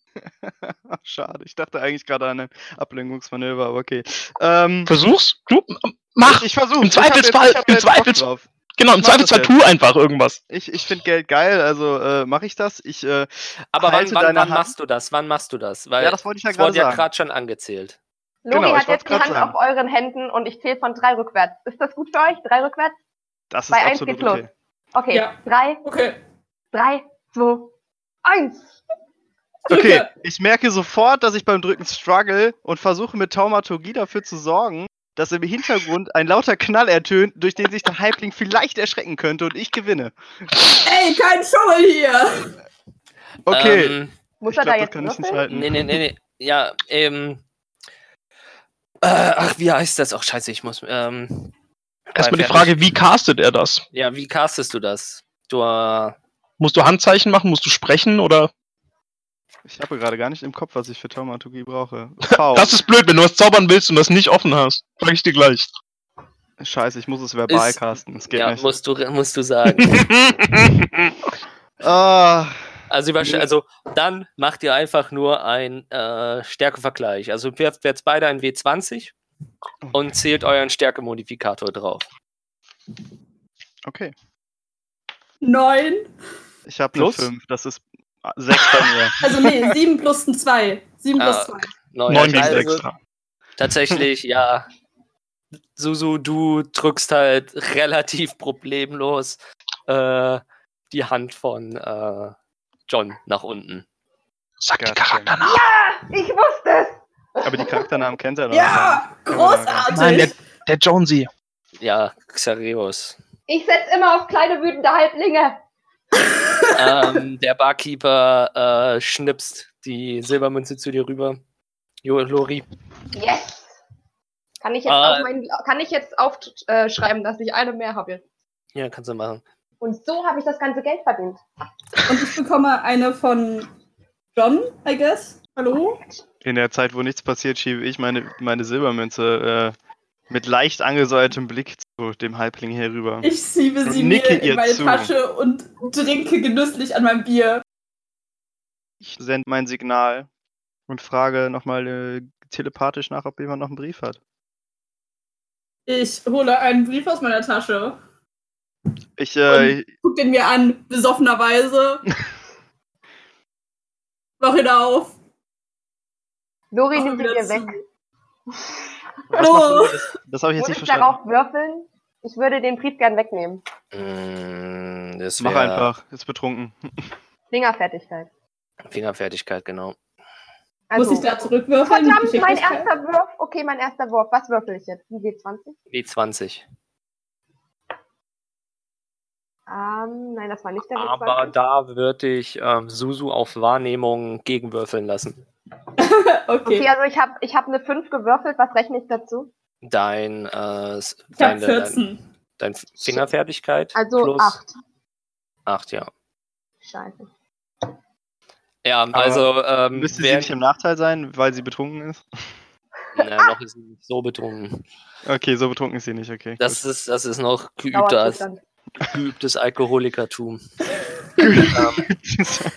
schade. Ich dachte eigentlich gerade an ein Ablenkungsmanöver, aber okay. Ähm,
Versuch's, du, mach!
Ich, ich versuche.
Im Zweifelsfall- im Zweifels- Genau, im
mach das
Zweifelsfall
jetzt.
tu einfach irgendwas.
Ich, ich finde Geld geil, also äh, mache ich das. Ich, äh,
aber wann,
Halte
wann,
deine
wann
Hand-
machst du das? Wann machst du das? Weil
ja, das wollte ich ja
es
gerade
wurde ja
sagen.
gerade schon angezählt.
Logi
Genau, ich
hat jetzt die
wollte
Hand
grad sagen.
auf euren Händen und ich zähle von drei rückwärts. Ist das gut für euch? Drei rückwärts?
Das ist
Bei eins
absolut
geht's los.
okay.
Okay,
Ja.
drei,
Okay.
drei, zwei, eins.
Okay,
Drücke.
ich merke sofort, dass ich beim Drücken struggle und versuche mit Taumaturgie dafür zu sorgen, dass im Hintergrund ein lauter Knall ertönt, durch den sich der Halbling vielleicht erschrecken könnte und ich gewinne.
Ey, kein Schummel hier!
Okay.
Ähm,
Muss
ich
er
glaub,
da
das
jetzt
kann ich nicht
würfeln?
halten.
nee, nee, nee, nee. Ja, ähm. Äh, ach, wie heißt das? Ach, scheiße, ich muss. Ähm,
Erstmal die
fertig.
Frage, wie castet er das?
Ja, wie castest du das? Du, äh,
Musst du Handzeichen machen? Musst du sprechen? Oder?
Ich habe gerade gar nicht im Kopf, was ich für Taumaturgie brauche. V.
Das ist blöd, wenn du was zaubern willst und das nicht offen hast. Sag ich dir gleich.
Scheiße, ich muss es verbal
Ist-
casten. Es geht
ja,
nicht.
musst du, musst du sagen.
Ah,
Also, über,
Nee.
also dann macht ihr einfach nur einen äh, Stärkevergleich. Also werft jetzt beide ein W20 und zählt euren Stärkemodifikator drauf.
okay.
Neun.
Ich habe eine
Plus?
5. Das ist 6 bei mir.
Also nee, sieben plus ein zwei. Sieben
Ah,
plus zwei.
Neun,
9 gegen
also
6.
Tatsächlich, ja. Susu, du drückst halt relativ problemlos äh, die Hand von äh, John nach unten.
Sag die
Ja,
Charakternamen.
Ich wusste es!
Aber die Charakternamen kennt er doch.
Ja, großartig.
Nein, der, der Jonesy.
Ja, Xareus.
Ich setz immer auf kleine wütende Halblinge.
ähm, der Barkeeper äh, schnipst die Silbermünze zu dir rüber. Jo, Lori.
Yes! Kann ich jetzt,
Ah.
auf meinen, kann ich jetzt aufschreiben, dass ich eine mehr habe?
Ja, kannst du machen.
Und so habe ich das ganze Geld verdient.
Und ich bekomme eine von John, I guess. Hallo?
In der Zeit, wo nichts passiert, schiebe ich meine, meine Silbermünze äh, mit leicht angesäuertem Blick zu dem Halbling hier rüber.
Ich schiebe sie
Nicke
mir
ihr
in meine
zu.
Tasche und trinke genüsslich an meinem Bier.
Ich sende mein Signal und frage nochmal äh, telepathisch nach, ob jemand noch einen Brief hat.
Ich hole einen Brief aus meiner Tasche.
Ich, äh,
Guck den mir an, besoffenerweise. Mach ihn auf.
Lori
Mach ihn
nimmt ihn
wieder
dir
zu.
weg.
Was macht denn
Oh.
das? Das habe ich
Muss
jetzt nicht
ich
verstanden.
darauf würfeln? Ich würde den Brief gern wegnehmen.
Mm, das
Mach
wär
einfach, ist betrunken.
Fingerfertigkeit. Also,
Fingerfertigkeit, genau.
Muss ich da zurückwürfeln?
oh, Verdammt, mein
Geschicklichkeit?
erster Wurf. Okay, mein erster Wurf. Was würfel ich jetzt? Ein W20?
W20.
Ähm, nein, das war nicht der
Aber
W20.
da würde ich ähm, Susu auf Wahrnehmung gegenwürfeln lassen.
okay.
Okay, also ich habe ich hab eine 5 gewürfelt. Was rechne ich dazu?
Dein, äh, s-
ich hab
dein, dein,
14.
dein Fingerfertigkeit
Also
plus
8.
8, ja.
Scheiße.
Ja, also ähm,
Müsste sie
wer-
nicht im Nachteil sein, weil sie betrunken ist?
Na, noch ist sie nicht so betrunken.
Okay, so betrunken ist sie nicht, okay.
Das ist, das ist noch geübter, als-
Dauerzustand.
geübtes Alkoholikertum.
gut.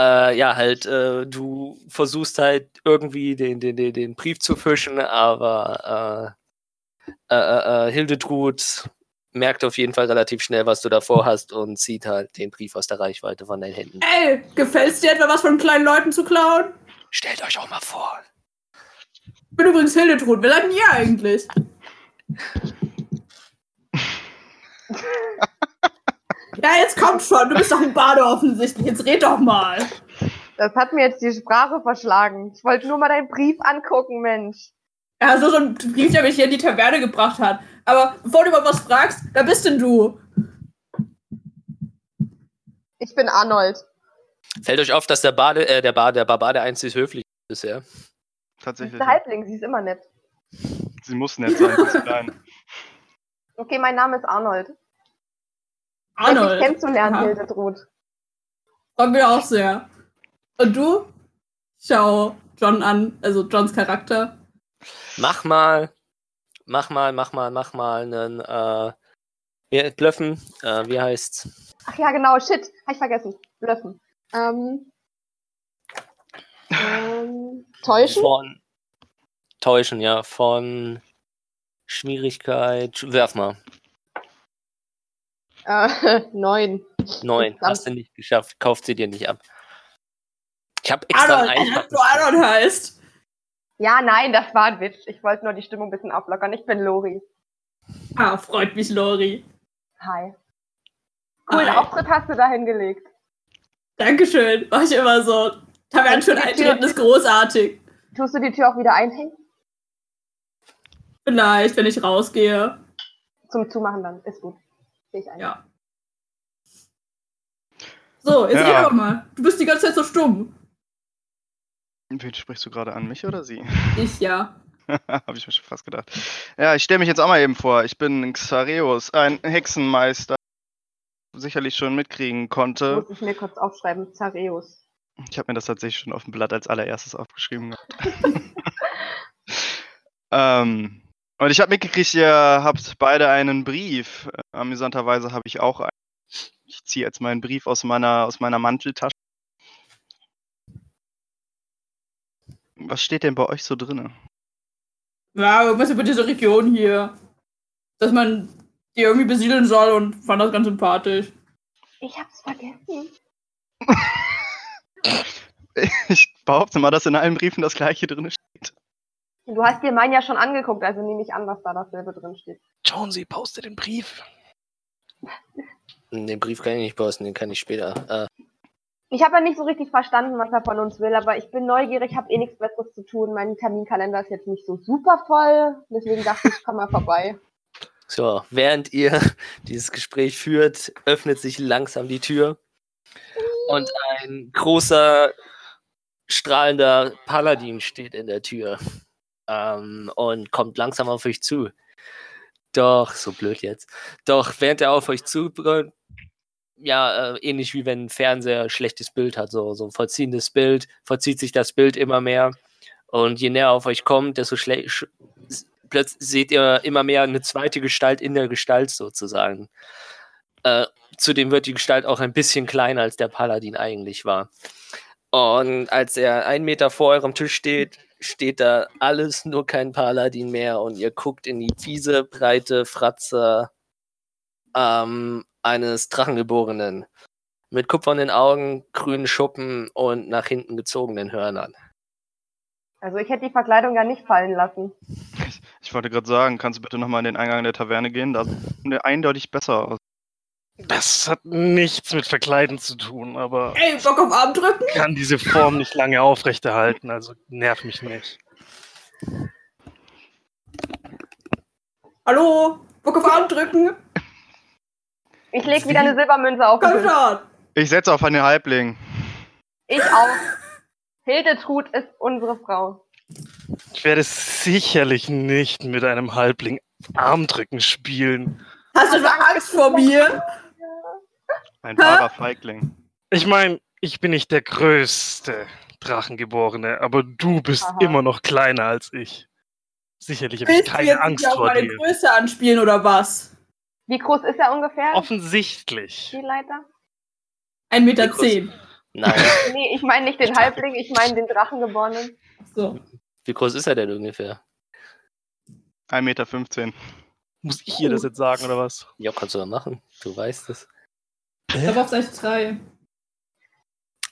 Äh, ja, halt, äh, du versuchst halt irgendwie den, den, den, den Brief zu fischen, aber äh, äh, äh, Hildetrud merkt auf jeden Fall relativ schnell, was du davor hast und zieht halt den Brief aus der Reichweite von deinen Händen.
Ey, gefällt's dir etwa was von kleinen Leuten zu klauen?
Stellt euch auch mal vor.
Ich bin übrigens Hildetrud. Wer seid denn ihr eigentlich? ja, jetzt kommt schon. Du bist doch ein Bade offensichtlich. Jetzt red doch mal.
Das hat mir jetzt die Sprache verschlagen. Ich wollte nur mal deinen Brief angucken, Mensch.
Ja, so, so ein Brief, der mich hier in die Taverne gebracht hat. Aber bevor du überhaupt was fragst, wer bist denn du?
Ich bin Arnold.
Fällt euch auf, dass der Bade, äh, der Bade, der Barbar der einzig höflich ist, ja?
Sie ist
Tatsächlich.
eine Halbling, sie ist immer nett.
Sie muss nett sein, sie ist klein.
Okay, mein Name ist Arnold. Nett, dich
Arnold.
kennenzulernen,
Aha.
Hildetrud.
Freut mich auch sehr. Und du? Schau John an, also Johns Charakter.
Mach mal, mach mal, mach mal, mach mal einen, äh, wir blöffen, äh, wie heißt's?
Ach ja, genau, shit. Hab ich vergessen. Blöffen. Ähm, ähm, täuschen?
Von, täuschen, ja, von Schwierigkeit, sch- werf mal,
Äh, neun.
neun,
Verdammt.
hast du nicht geschafft, kauft sie dir nicht ab. Ich habe extra
Arnold,
ein
Arnold,
einfaches.
du Arnold heißt.
Ja, nein, das war ein Witz. Ich wollte nur die Stimmung ein bisschen auflockern. Ich bin Lori.
Ah, freut mich, Lori.
Hi. Coolen
Hi.
Auftritt hast du da hingelegt.
Dankeschön. Mach ich immer so. Taverne schön eintreten ist großartig.
Tust du die Tür auch wieder einhängen?
Vielleicht, wenn ich rausgehe.
Zum Zumachen dann. Ist gut. Sehe ich ein.
Ja. So, jetzt
Ja.
red doch mal. Du bist die ganze Zeit so stumm.
Wen sprichst du gerade an, mich oder sie?
Ich ja.
Habe ich mir schon fast gedacht. Ja, ich stelle mich jetzt auch mal eben vor. Ich bin Xareus, ein Hexenmeister, sicherlich schon mitkriegen konnte.
Muss ich mir kurz aufschreiben. Zareus.
Ich habe mir das tatsächlich schon auf dem Blatt als allererstes aufgeschrieben gehabt. ähm, und ich habe mitgekriegt, ihr habt beide einen Brief. Äh, Amüsanterweise habe ich auch einen. Ich ziehe jetzt meinen Brief aus meiner, aus meiner Manteltasche. Was steht denn bei euch so drinne?
Ja, irgendwas über diese Region hier. Dass man die irgendwie besiedeln soll und fand das ganz sympathisch.
Ich hab's vergessen.
Ich behaupte mal, dass in allen Briefen das gleiche drin steht.
Du hast dir meinen ja schon angeguckt, also nehme ich an, dass da dasselbe drin steht.
Jonesy, poste den Brief.
Den Brief kann ich nicht posten, den kann ich später. Äh,
Ich habe ja nicht so richtig verstanden, was er von uns will, aber ich bin neugierig, habe eh nichts Besseres zu tun. Mein Terminkalender ist jetzt nicht so super voll, deswegen dachte ich, ich komm mal vorbei.
so, während ihr dieses Gespräch führt, öffnet sich langsam die Tür und ein großer, strahlender Paladin steht in der Tür ähm, und kommt langsam auf euch zu. Doch, so blöd jetzt. Doch, während er auf euch zu, ja, äh, ähnlich wie wenn ein Fernseher ein schlechtes Bild hat, so, so ein verziehendes Bild, verzieht sich das Bild immer mehr. Und je näher er auf euch kommt, desto schle- sch s- plötzlich seht ihr immer mehr eine zweite Gestalt in der Gestalt sozusagen. Äh, zudem wird die Gestalt auch ein bisschen kleiner, als der Paladin eigentlich war. Und als er einen Meter vor eurem Tisch steht, steht da alles, nur kein Paladin mehr. Und ihr guckt in die fiese, breite Fratze ähm, eines Drachengeborenen. mit kupfernen Augen, grünen Schuppen und nach hinten gezogenen Hörnern.
Also ich hätte die Verkleidung ja nicht fallen lassen.
Ich wollte gerade sagen, kannst du bitte nochmal in den Eingang der Taverne gehen? Da sieht mir eindeutig besser aus.
Das hat nichts mit Verkleiden zu tun, aber
Ey, Bock auf Arm drücken?
ich kann diese Form nicht lange aufrechterhalten, also nerv mich nicht.
Hallo? Bock auf Arm drücken?
Ich lege wieder eine Silbermünze auf.
Komm schon!
Ich setze auf einen Halbling.
Ich auch. Hildetrud ist unsere Frau.
Ich werde sicherlich nicht mit einem Halbling Armdrücken spielen.
Hast du etwa Angst vor mir?
Ein wahrer Feigling.
Ich meine, ich bin nicht der größte Drachengeborene, aber du bist
Aha.
immer noch kleiner als ich. Sicherlich habe ich
Willst du
keine
jetzt nicht
Angst
auf
vor
meine
dir.
Größe anspielen oder was?
Wie groß ist er ungefähr?
Offensichtlich.
Die Leiter?
1,10 Meter. Zehn.
Nein.
Nee, ich meine nicht den Halbling, ich meine den Drachengeborenen.
So.
Wie groß ist er denn ungefähr?
1,15 Meter.
Muss ich ihr das jetzt sagen oder was?
Ja, kannst du da machen. Du weißt es.
Aber auf Seite 3.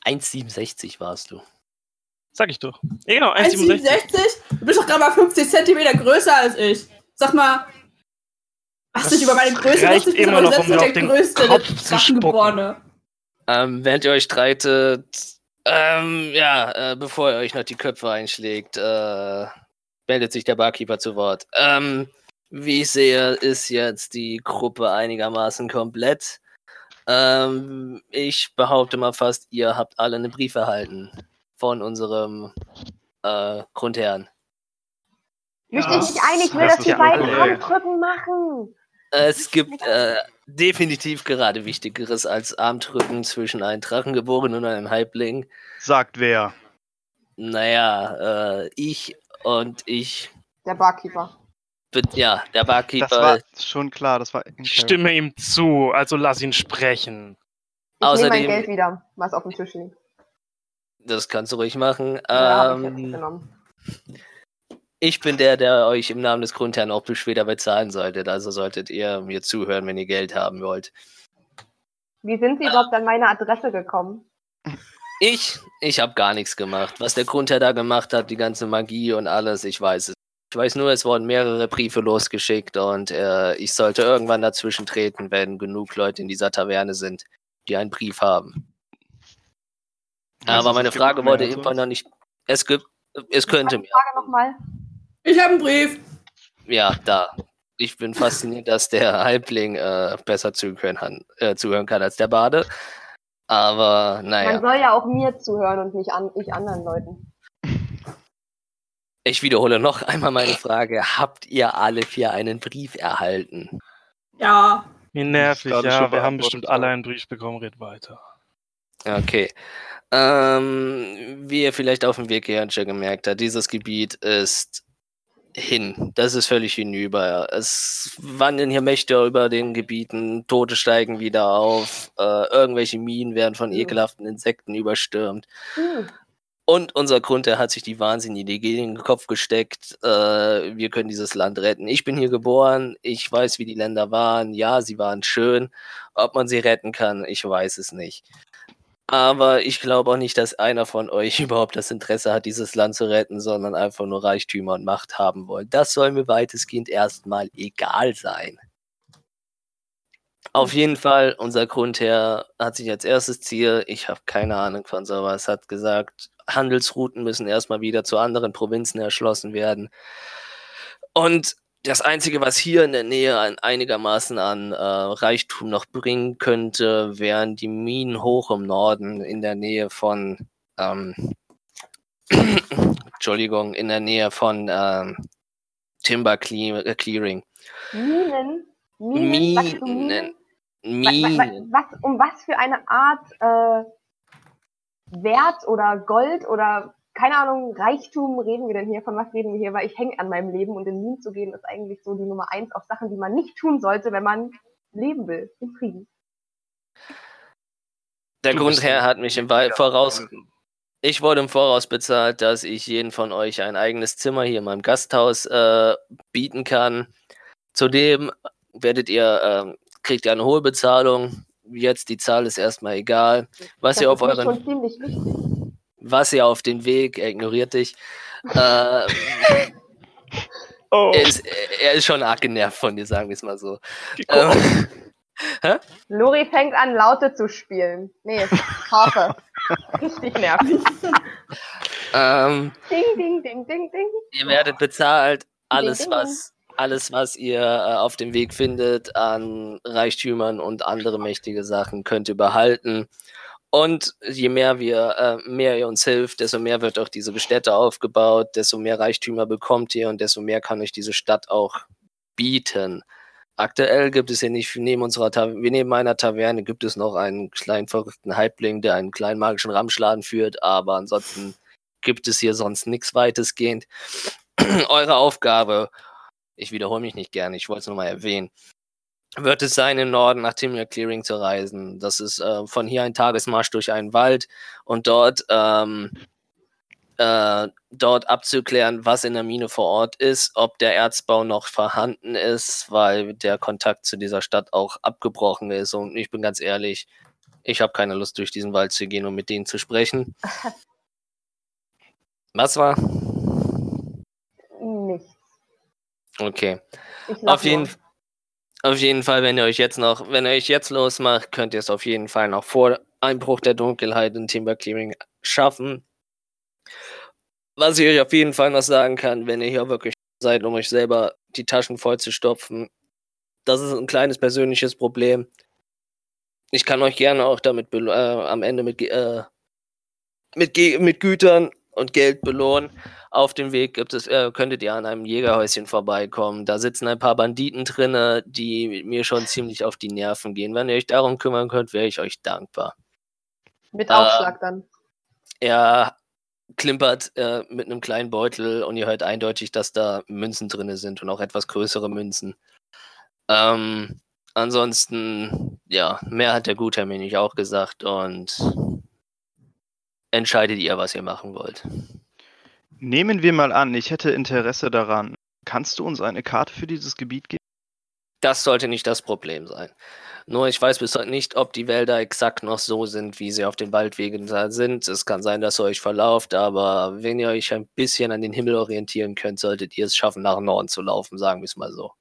1,67 warst du.
Sag ich doch. Ja, genau, 1,67.
1,67? Du bist doch gerade mal 50 Zentimeter größer als ich. Sag mal, hast du dich über meine Größe
reicht
lustig
immer noch, um mir
selbst
auf den Kopf zu
Drachengeborene.
Ähm, während ihr euch streitet, ähm, ja, äh, bevor ihr euch noch die Köpfe einschlägt, äh, meldet sich der Barkeeper zu Wort. Ähm, wie ich sehe, ist jetzt die Gruppe einigermaßen komplett. Ähm, ich behaupte mal fast, ihr habt alle einen Brief erhalten von unserem äh, Grundherrn.
Mischt
Ja,
dich nicht ein, ich will,
das
dass
ist
die
ja
beiden
korrekt.
Armdrücken machen.
Es gibt äh, definitiv gerade Wichtigeres als Armdrücken zwischen einem Drachengeborenen und einem Halbling.
Sagt wer.
Naja, äh, ich und ich,
Der Barkeeper.
bin, ja, der
Das war
Barkeeper.
schon klar, das war.
Ich stimme ihm zu, also lass ihn sprechen.
Ich nehme mein
Außerdem-
Geld wieder, was auf dem Tisch liegt.
Das kannst du ruhig machen.
Ja, genau. hab ich jetzt
ähm,
genommen.
ich bin der, der euch im Namen des Grundherrn auch bis später bezahlen solltet. Also solltet ihr mir zuhören, wenn ihr Geld haben wollt.
Wie sind Sie überhaupt an meine Adresse gekommen?
Ich, ich habe gar nichts gemacht. Was der Grundherr da gemacht hat, die ganze Magie und alles, ich weiß es. Ich weiß nur, es wurden mehrere Briefe losgeschickt und äh, ich sollte irgendwann dazwischen treten, wenn genug Leute in dieser Taverne sind, die einen Brief haben.
Also
Aber meine Frage wurde immer noch nicht. Es gibt, es könnte mir.
Frage nochmal.
Ich habe einen Brief.
Ja, da. Ich bin fasziniert, dass der Halbling äh, besser zuhören kann, äh, zuhören kann als der Bade. Aber
Man
naja,
soll ja auch mir zuhören und nicht an, ich anderen Leuten.
ich wiederhole noch einmal meine Frage. Habt ihr alle vier einen Brief erhalten?
Ja.
Wie nervig,
gerade
ja,
schon
wir haben
beantwortet,
bestimmt
ja.
alle einen Brief bekommen, red weiter.
Okay. Ähm, wie ihr vielleicht auf dem Weg hierhin schon gemerkt habt, dieses Gebiet ist hin. Das ist völlig hinüber. Es wandern hier Mächte über den Gebieten, Tote steigen wieder auf, äh, irgendwelche Minen werden von ekelhaften Insekten überstürmt.
Hm.
Und unser Grundherr hat sich die wahnsinnige Idee in den Kopf gesteckt, äh, wir können dieses Land retten. Ich bin hier geboren, ich weiß, wie die Länder waren. Ja, sie waren schön. Ob man sie retten kann, ich weiß es nicht. Aber ich glaube auch nicht, dass einer von euch überhaupt das Interesse hat, dieses Land zu retten, sondern einfach nur Reichtümer und Macht haben wollen. Das soll mir weitestgehend erstmal egal sein. Auf jeden Fall, unser Grundherr hat sich als erstes Ziel, ich habe keine Ahnung von sowas, hat gesagt, Handelsrouten müssen erstmal wieder zu anderen Provinzen erschlossen werden. Und das Einzige, was hier in der Nähe an einigermaßen an äh, Reichtum noch bringen könnte, wären die Minen hoch im Norden in der Nähe von, ähm, Entschuldigung, in der Nähe von ähm, Timber Cle äh, Clearing.
Minen? Minen? Sagst du
Minen.
Wa- wa- wa-
Minen.
Was, um was für eine Art äh, Wert oder Gold oder keine Ahnung, Reichtum reden wir denn hier? Von was reden wir hier? Weil ich hänge an meinem Leben und in Minen zu gehen ist eigentlich so die Nummer eins auf Sachen, die man nicht tun sollte, wenn man leben will. Im Frieden.
Der
Du bist
Grundherr
ein-
hat mich im Wei-
Ja,
Voraus. Ich wurde im Voraus bezahlt, dass ich jeden von euch ein eigenes Zimmer hier in meinem Gasthaus äh, bieten kann. Zudem werdet ihr, ähm, kriegt ihr eine hohe Bezahlung. jetzt, die Zahl ist erstmal egal. Was
das
ihr auf
ist mir
euren
schon ziemlich wichtig.
was ihr auf den Weg, er ignoriert dich. Äh, er,
Oh,
ist, er ist schon arg genervt von dir, sagen wir es mal so.
gekommen.
Ähm,
Lori fängt an, Laute zu spielen. Nee, Harfe. Richtig nervig.
ähm,
Ding, ding, ding, ding, ding.
ihr werdet bezahlt, alles
Ding, ding.
was, alles, was ihr äh, auf dem Weg findet an Reichtümern und andere mächtige Sachen, könnt ihr behalten. Und je mehr wir, äh, mehr ihr uns hilft, desto mehr wird auch diese Städte aufgebaut, desto mehr Reichtümer bekommt ihr und desto mehr kann euch diese Stadt auch bieten. Aktuell gibt es hier nicht, neben unserer Ta- wir neben meiner Taverne gibt es noch einen kleinen verrückten Halbling, der einen kleinen magischen Ramschladen führt, aber ansonsten gibt es hier sonst nichts weitestgehend. Eure Aufgabe, ich wiederhole mich nicht gerne, ich wollte es nur mal erwähnen, wird es sein, im Norden nach Timur Clearing zu reisen. Das ist äh, von hier ein Tagesmarsch durch einen Wald und dort, ähm, äh, dort abzuklären, was in der Mine vor Ort ist, ob der Erzbau noch vorhanden ist, weil der Kontakt zu dieser Stadt auch abgebrochen ist. Und ich bin ganz ehrlich, ich habe keine Lust, durch diesen Wald zu gehen und mit denen zu sprechen. Was war?
Nichts.
Okay.
Ich lach
Auf jeden,
nur.
auf jeden Fall, wenn ihr euch jetzt noch, wenn ihr euch jetzt losmacht, könnt ihr es auf jeden Fall noch vor Einbruch der Dunkelheit in Timber Clearing schaffen. Was ich euch auf jeden Fall noch sagen kann, wenn ihr hier wirklich seid, um euch selber die Taschen voll zu stopfen, das ist ein kleines persönliches Problem. Ich kann euch gerne auch damit belo- äh, am Ende mit, Ge- äh, mit, Ge- mit Gütern und Geld belohnen. Auf dem Weg gibt es, äh, könntet ihr an einem Jägerhäuschen vorbeikommen. Da sitzen ein paar Banditen drinne, die mir schon ziemlich auf die Nerven gehen. Wenn ihr euch darum kümmern könnt, wäre ich euch dankbar.
Mit
äh,
Aufschlag dann.
Er klimpert äh, mit einem kleinen Beutel und ihr hört eindeutig, dass da Münzen drinne sind und auch etwas größere Münzen. Ähm, ansonsten, ja, mehr hat der Gutherr mir nicht auch gesagt und entscheidet ihr, was ihr machen wollt.
Nehmen wir mal an, ich hätte Interesse daran. Kannst du uns eine Karte für dieses Gebiet geben?
Das sollte nicht das Problem sein. Nur ich weiß bis heute nicht, ob die Wälder exakt noch so sind, wie sie auf den Waldwegen da sind. Es kann sein, dass ihr euch verlauft, aber wenn ihr euch ein bisschen an den Himmel orientieren könnt, solltet ihr es schaffen, nach Norden zu laufen, sagen wir es mal so.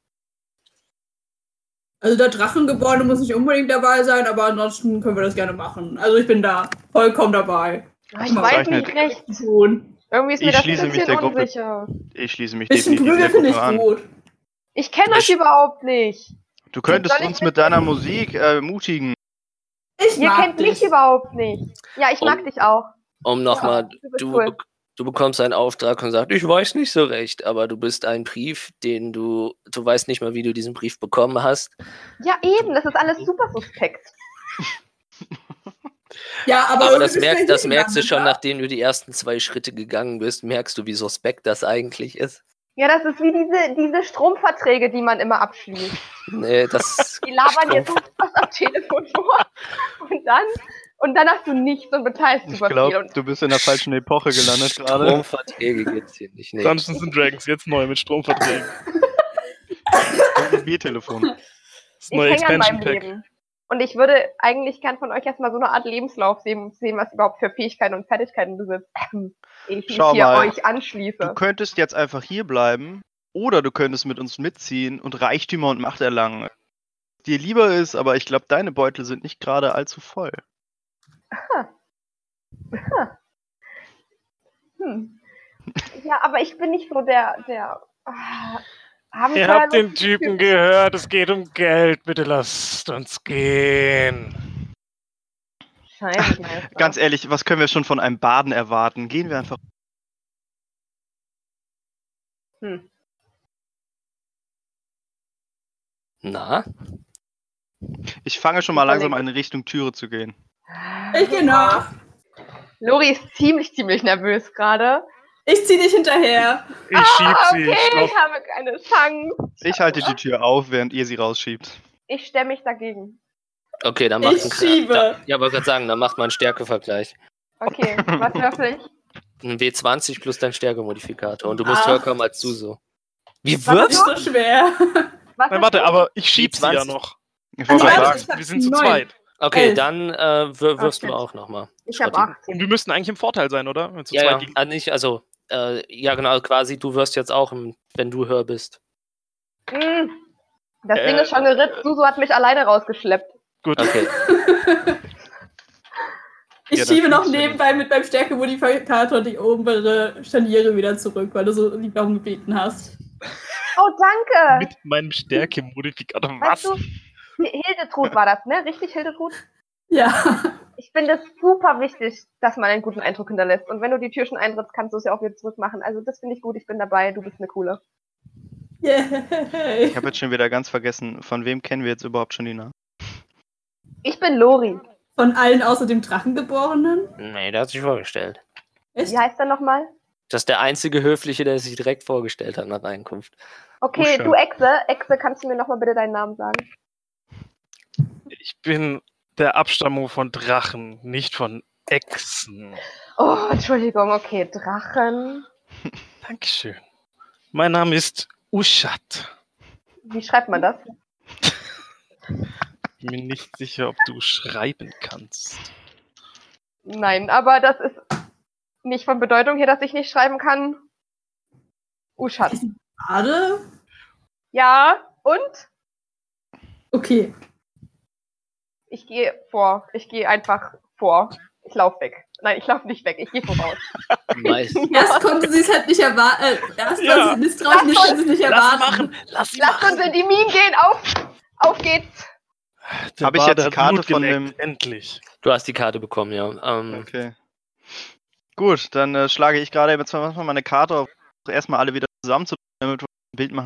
Also der Drachengebäude muss nicht unbedingt dabei sein, aber ansonsten können wir das gerne machen. Also ich bin da vollkommen dabei.
Ah, Ich
Guck mal,
weiß
zeichnet.
nicht recht.
Schon.
Irgendwie ist mir
Ich
das ein
schließe mich
bisschen
der Gruppe.
unsicher.
Ich schließe mich
Bisschen
definitiv
Prügel
der
finde ich
Gruppe an.
gut.
Ich kenne euch
Ich-
überhaupt nicht.
Du könntest
Soll ich
uns
mit-
mit deiner Musik äh, ermutigen.
Ich
Ihr
mag
kennt mich
dich.
überhaupt nicht. Ja, ich
Oh.
mag dich auch.
Um nochmal,
ja, bist
du,
cool.
bek- du bekommst einen Auftrag und sagst, ich weiß nicht so recht, aber du bist ein Brief, den du, du weißt nicht mal, wie du diesen Brief bekommen hast.
Ja, eben, das ist alles super suspekt.
Ja,
Aber
aber, irgendwie
das,
bist
merk,
nicht
das
hingegangen,
merkst du schon,
oder?
nachdem du die ersten zwei Schritte gegangen bist, merkst du, wie suspekt das eigentlich ist.
Ja, das ist wie diese, diese Stromverträge, die man immer abschließt.
Nee, das.
Die labern dir so was am Telefon vor. Und dann, und dann hast du nichts und bezahlst
Ich
super viel.
glaube,
Und
du bist in der falschen Epoche gelandet gerade.
Stromverträge gibt's hier nicht. Nee.
Dungeons and Dragons, jetzt neu mit Stromverträgen.
Mobiltelefon.
Das
ich
neue
hänge an meinem
Expansion Pack.
Leben. Und ich würde eigentlich gern von euch erstmal so eine Art Lebenslauf sehen, um zu sehen, was ihr überhaupt für Fähigkeiten und Fertigkeiten besitzt. Ehe ich mich
Schau
hier
mal.
euch anschließe.
Du könntest jetzt einfach hier bleiben oder du könntest mit uns mitziehen und Reichtümer und Macht erlangen. Dir lieber ist, aber ich glaube, deine Beutel sind nicht gerade allzu voll.
Hm. Ja, aber ich bin nicht so der, der ah,
Ihr
Abenteuerlust-
habt den Typen gehört, es geht um Geld, bitte lasst uns gehen.
Scheiße.
Ganz ehrlich, was können wir schon von einem Baden erwarten? Gehen wir einfach.
Na?
Ich fange schon mal langsam an,
Überlegen.
in Richtung Türe zu gehen.
Ich gehe nach.
Lori ist ziemlich, ziemlich nervös gerade.
Ich zieh dich hinterher.
Ich schieb sie, ich
Ah, Okay,
lauf
ich habe keine Chance.
Ich halte die Tür auf, während ihr sie rausschiebt.
Ich stelle mich dagegen.
Okay, dann macht
Ich schiebe.
Da, ja, wollte gerade sagen, dann macht man einen Stärkevergleich.
Okay, was würfel ich?
Ein W20 plus dein Stärkemodifikator. Und du musst
Ach.
höher kommen als du so. Wie
Das
wirfst
ist so schwer.
Was
Nein,
ist-
warte, aber ich schieb
Die
sie ja
20.
noch.
Ich
Also,
wollte
warte,
gerade
ich
sagen,
hab
Wir sind zu
neun.
zweit.
Okay,
Elf.
dann äh, wir- wirfst
Okay.
du auch nochmal.
Ich habe
Schrotti.
18.
Und wir müssten eigentlich im Vorteil sein, oder? Wenn zu
Ja,
zweit
ja.
gegen-
Ah, nicht, also, äh, ja, genau, quasi, du wirst jetzt auch, im, wenn du hör bist.
Mm. Das
Äh,
Ding ist schon geritzt. Susu hat mich alleine rausgeschleppt.
Gut.
Okay.
Ich
Ja, das
schiebe noch
ist-
nebenbei mit meinem Stärke-Modifikator die obere Scharniere wieder zurück, weil du so lieb darum gebeten hast.
Oh, danke!
Mit meinem Stärke-Modifikator.
Weißt
Was?
du, Hi- Hildetrud war das, ne? Richtig, Hildetrud?
Ja,
Ich finde es super wichtig, dass man einen guten Eindruck hinterlässt. Und wenn du die Tür schon eintrittst, kannst du es ja auch wieder zurückmachen. Also das finde ich gut, ich bin dabei, du bist eine coole.
yay.
Ich habe jetzt schon wieder ganz vergessen, von wem kennen wir jetzt überhaupt schon die Namen?
Ich bin Lori.
Von allen außer dem Drachengeborenen?
Nee, der hat sich vorgestellt.
Echt?
Wie heißt er nochmal?
Das ist der einzige Höfliche, der sich direkt vorgestellt hat nach Einkunft.
Okay,
Usha.
du Exe, Exe, kannst du mir nochmal bitte deinen Namen sagen?
Ich bin der Abstammung von Drachen, nicht von Echsen.
Oh, Entschuldigung, okay, Drachen.
Dankeschön. Mein Name ist Ushat.
Wie schreibt man das?
Bin mir nicht sicher, ob du schreiben kannst.
Nein, aber das ist nicht von Bedeutung hier, dass ich nicht schreiben kann. Uschat.
Schade.
Ja, und?
Okay.
Ich gehe vor. Ich gehe einfach vor. Ich laufe weg. Nein, ich laufe nicht weg. Ich gehe voraus.
Nice.
Erst konnte sie es halt nicht erwarten. Äh, erst
Ja.
war sie misstrauisch, nicht konnte sie es nicht
Lass sie
erwarten.
machen! Lass sie
Lasst
machen!
uns in die Minen gehen. Auf, auf geht's.
Der
Hab ich
Bade
jetzt die
hat
Karte
Blut
von
geleckt, Endlich.
Du hast die Karte bekommen, ja. Ähm,
Okay. Gut, dann äh, schlage ich gerade jetzt mal meine Karte auf, erstmal alle wieder zusammenzudrücken, damit wir ein Bild machen.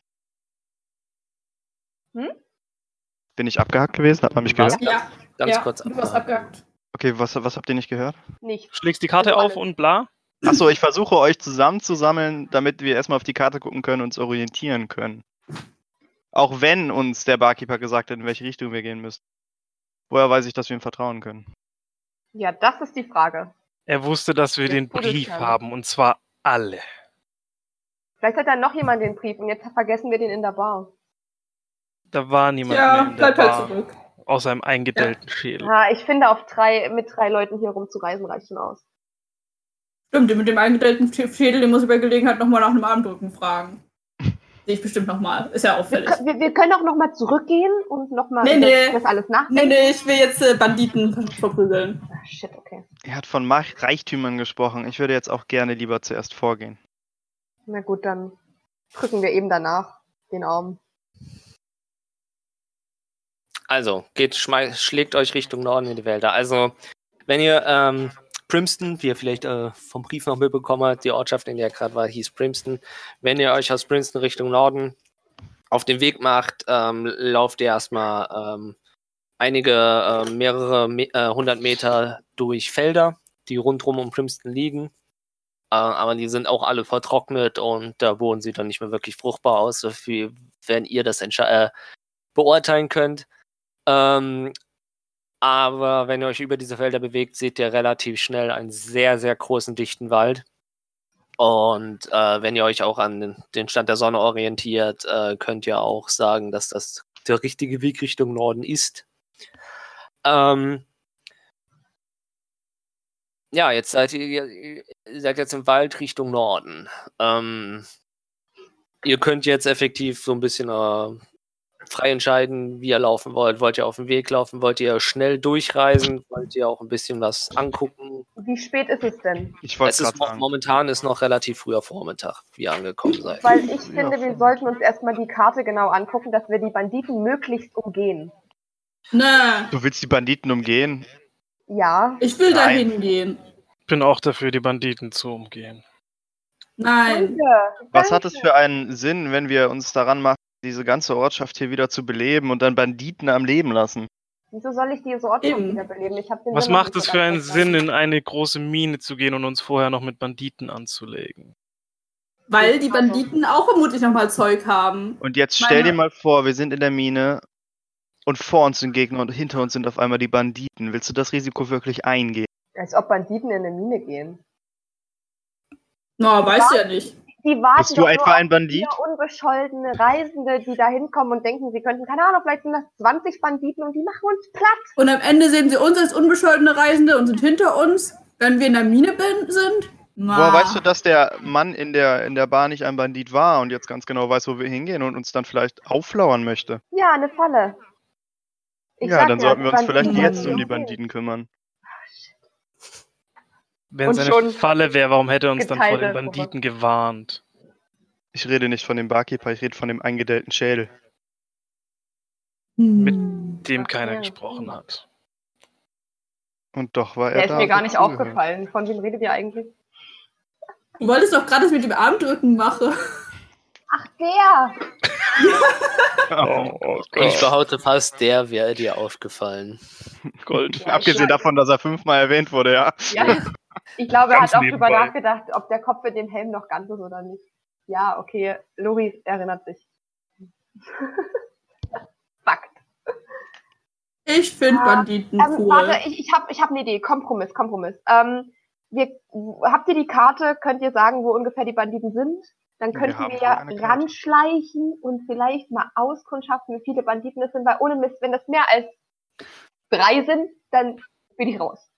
Hm?
Bin ich abgehackt gewesen? Hat man mich gehört?
Was?
Ja,
Ganz
ja,
kurz. Ah.
du warst abgehackt.
Okay, was, was habt ihr nicht gehört?
Nicht.
Schlägst die Karte auf und bla.
Achso, ich versuche euch zusammenzusammeln, damit wir erstmal auf die Karte gucken können und uns orientieren können. Auch wenn uns der Barkeeper gesagt hat, in welche Richtung wir gehen müssen. Woher weiß ich, dass wir ihm vertrauen können?
Ja, das ist die Frage.
Er wusste, dass wir
Mit
den Brief
Pudelkern.
haben und zwar alle.
Vielleicht hat da noch jemand den Brief und jetzt vergessen wir den in der Bar.
Da war niemand mehr
Ja,
in der
bleib halt
Bar,
zurück.
außer einem eingedellten Schädel.
Ah, ich finde, auf drei, mit drei Leuten hier rumzureisen reicht schon aus.
Stimmt, den mit dem eingestellten Schädel, den muss ich bei Gelegenheit nochmal nach einem Armdrücken fragen. Sehe ich bestimmt nochmal. Ist ja auffällig.
Wir, wir können auch nochmal zurückgehen und nochmal
Nee, nee.
das alles nachdenken.
Nee, nee, ich will jetzt äh, Banditen verprügeln.
Ah, Shit, okay.
Er hat von Mach- Reichtümern gesprochen. Ich würde jetzt auch gerne lieber zuerst vorgehen.
Na gut, dann drücken wir eben danach den Arm.
Also, geht, schmei- schlägt euch Richtung Norden in die Wälder. Also, wenn ihr ähm, Primston, wie ihr vielleicht äh, vom Brief noch mitbekommen habt, die Ortschaft, in der ihr gerade war, hieß Primston. Wenn ihr euch aus Primston Richtung Norden auf den Weg macht, ähm, lauft ihr erstmal ähm, einige, äh, mehrere Me äh, hundert Meter durch Felder, die rundherum um Primston liegen. Äh, aber die sind auch alle vertrocknet und der Boden sieht dann nicht mehr wirklich fruchtbar aus, so viel, wenn ihr das entsche- äh, beurteilen könnt. Ähm, aber wenn ihr euch über diese Felder bewegt, seht ihr relativ schnell einen sehr, sehr großen, dichten Wald. Und äh, wenn ihr euch auch an den- den Stand der Sonne orientiert, äh, könnt ihr auch sagen, dass das der richtige Weg Richtung Norden ist. Ähm, ja, jetzt seid ihr, ihr seid jetzt im Wald Richtung Norden. Ähm, ihr könnt jetzt effektiv so ein bisschen äh, frei entscheiden, wie ihr laufen wollt. Wollt ihr auf dem Weg laufen? Wollt ihr schnell durchreisen? Wollt ihr auch ein bisschen was angucken?
Wie spät ist es denn?
Ich
Es
wollte
ist
gerade
mo-
sagen.
momentan ist noch relativ früher Vormittag, wie ihr angekommen seid.
Weil ich finde, wir sollten uns erstmal die Karte genau angucken, dass wir die Banditen möglichst umgehen.
Na,
Du willst die Banditen umgehen?
Ja,
ich will da
Nein.
hingehen.
Ich bin auch dafür, die Banditen zu umgehen.
Nein.
danke.
Was hat es für einen Sinn, wenn wir uns daran machen, diese ganze Ortschaft hier wieder zu beleben und dann Banditen am Leben lassen?
Wieso soll ich diese Ortschaft
Eben.
wiederbeleben? Ich hab den
Was
Sinn noch
macht
nicht
es
so
für
ganz
einen Sinn,
verstanden.
in eine große Mine zu gehen und uns vorher noch mit Banditen anzulegen?
Weil die Banditen auch vermutlich nochmal Zeug haben.
Und jetzt
Meine-
stell dir mal vor, wir sind in der Mine und vor uns sind Gegner und hinter uns sind auf einmal die Banditen. Willst du das Risiko wirklich eingehen?
Als ob Banditen in eine Mine gehen.
Na, weißt du ja nicht.
Die warten
Bist du
doch nur
etwa ein
auf
Bandit?
viele unbescholtene Reisende, die da hinkommen und denken, sie könnten, keine Ahnung, vielleicht sind das 20 Banditen und die machen uns platt.
Und am Ende sehen sie uns als unbescholtene Reisende und sind hinter uns, wenn wir in der Mine bin- sind. Na,
Woher weißt du, dass der Mann in der, in der Bar nicht ein Bandit war und jetzt ganz genau weiß, wo wir hingehen und uns dann vielleicht auflauern möchte?
Ja, eine Falle. Ich
ja,
sag
dann
dir,
sollten wir uns
Banditen
vielleicht jetzt um
sind
die
okay.
Banditen kümmern.
Wenn
Und
es eine
schon
Falle wäre, warum hätte er uns dann vor den
geteilte Gruppe.
Banditen gewarnt?
Ich rede nicht von dem Barkeeper, ich rede von dem eingedellten Schädel.
Hm.
Dem
Ach,
keiner
ja.
gesprochen hat.
Und doch war er
Der ist
da.
mir gar
und
nicht
hat zugehört.
aufgefallen. Von wem redet ihr eigentlich?
Du wolltest doch gerade das mit dem Armdrücken mache.
Ach, der!
Oh,
Und ich behaute fast, der wäre dir aufgefallen.
Gold.
Abgesehen davon, dass er fünfmal erwähnt wurde, ja.
Ja. Ich glaube, er
Ganz
hat auch drüber
nebenbei.
nachgedacht, ob der Kopf in dem Helm noch ganz ist oder nicht. Ja, okay, Loris erinnert sich. Fakt.
Ich finde
Ah,
Banditen
Ähm,
cool.
Warte, ich, ich habe ich hab eine Idee. Kompromiss, Kompromiss. Ähm, wir, habt ihr die Karte? Könnt ihr sagen, wo ungefähr die Banditen sind? Dann
Wir
könnten
haben
wir
wohl
ja
eine Karte.
ranschleichen und vielleicht mal auskundschaften, wie viele Banditen es sind, weil ohne Mist, wenn das mehr als drei sind, dann bin ich raus.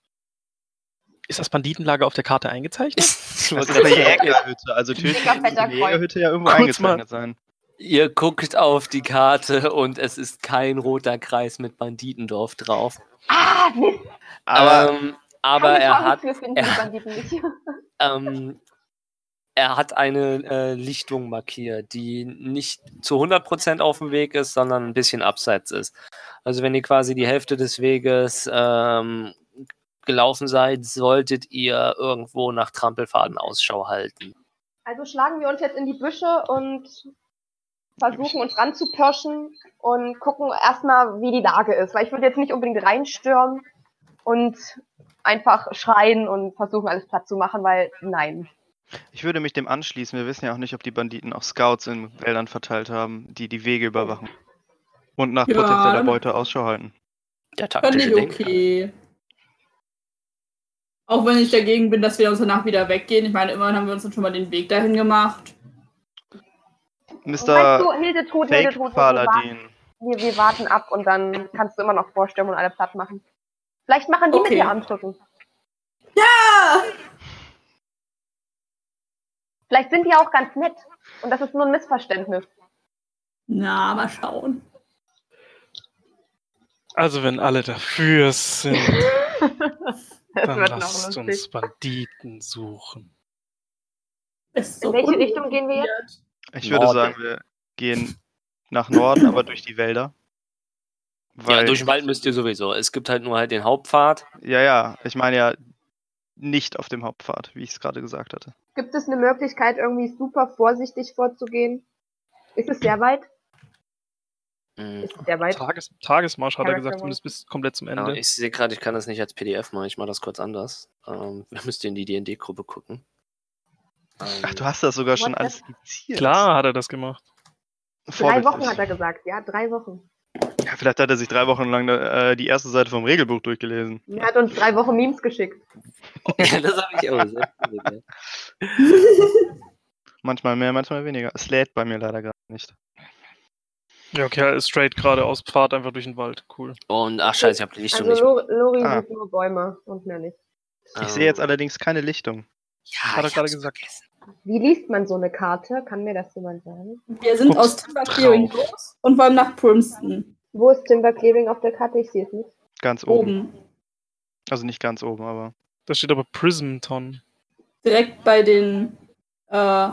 Ist das Banditenlager auf der Karte eingezeichnet?
Ich
Das
wollte
ist eine
gerade sagen,
Jägerhütte, also tödlich
Dicker,
muss
fetter
eine Jägerhütte ja irgendwo
Kurz
eingezeichnet sein.
Ihr guckt auf die Karte und es ist kein roter Kreis mit Banditendorf drauf.
Ah, Mist.
Aber
ähm, aber
keine
er
Chance,
hat
Wir finden
er-
die Banditen nicht.
ähm, er hat eine äh, Lichtung markiert, die nicht zu 100% auf dem Weg ist, sondern ein bisschen abseits ist. Also wenn ihr quasi die Hälfte des Weges ähm, gelaufen seid, solltet ihr irgendwo nach Trampelfaden Ausschau halten.
Also schlagen wir uns jetzt in die Büsche und versuchen uns ranzupirschen und gucken erstmal, wie die Lage ist. Weil ich würde jetzt nicht unbedingt reinstürmen und einfach schreien und versuchen, alles platt zu machen, weil nein.
ich würde mich dem anschließen. Wir wissen ja auch nicht, ob die Banditen auch Scouts in Wäldern verteilt haben, die die Wege überwachen. Und nach
Ja.
potenzieller Beute Ausschau halten.
Der
Fand
taktische
ich
Denker.
okay. Auch wenn ich dagegen bin, dass wir uns danach wieder weggehen. Ich meine, immerhin haben wir uns dann schon mal den Weg dahin gemacht.
weißt du,
Mr.
Hildetrud, Hildetrud, wir warten,
Fake-Paladin.
wir, wir warten ab und dann kannst du immer noch vorstürmen und alle platt machen. Vielleicht machen die
Okay.
mit dir Armdrücken.
Ah!
Vielleicht sind die auch ganz nett. Und das ist nur ein Missverständnis.
Na, mal schauen.
Also wenn alle dafür sind,
Das
dann
wird noch
lasst
lustig.
uns Banditen suchen.
Ist
In welche Richtung gehen wir jetzt?
unmotiviert.
Ich würde
Norden.
sagen, wir gehen nach Norden, aber durch die Wälder.
Ja,
Weil,
durch den Wald müsst ihr sowieso. Es gibt halt nur halt den Hauptpfad.
ja, ja, ich meine ja nicht auf dem Hauptpfad, wie ich es gerade gesagt hatte.
Gibt es eine Möglichkeit, irgendwie super vorsichtig vorzugehen? Ist es sehr weit?
Mhm.
Ist es sehr weit?
Tages Tagesmarsch hat er
Character
gesagt,
Walk.
zumindest bis komplett zum
Ja,
Genau.
Ende.
ich sehe gerade, ich kann das nicht als PDF machen. Ich mache das kurz anders. Ähm, wir müssen in die D&D-Gruppe gucken. Ähm,
Ach, du hast das sogar schon
WhatsApp?
alles skizziert.
Klar hat er das gemacht.
Drei
Vorbildlich.
Wochen hat er gesagt, ja, drei Wochen.
Ja, vielleicht hat er sich drei Wochen lang äh, die erste Seite vom Regelbuch durchgelesen.
Er hat uns drei Wochen Memes geschickt.
ja, das habe ich auch gesagt.
Manchmal mehr, manchmal weniger. Es lädt bei mir leider gerade nicht.
Ja, okay, er ist straight geradeaus, Pfad einfach durch den Wald. Cool.
Und ach scheiße, ich habe die Lichtung
Also
nicht.
Lori, Lori
Ah.
sieht nur Bäume und mehr nicht.
Ähm,
Ich sehe jetzt allerdings keine Lichtung.
Ja,
hat er
ich
gerade
hab's
gesagt.
vergessen.
Wie liest man so eine Karte? Kann mir das jemand sagen?
Wir sind
Guck's
aus Timberclearing los und wollen nach Primston.
Wo ist Timber Clearing auf der Karte? Ich sehe es nicht.
Ganz oben.
Oben.
Also nicht ganz oben, aber.
Da steht aber Prismton.
Direkt bei den, äh,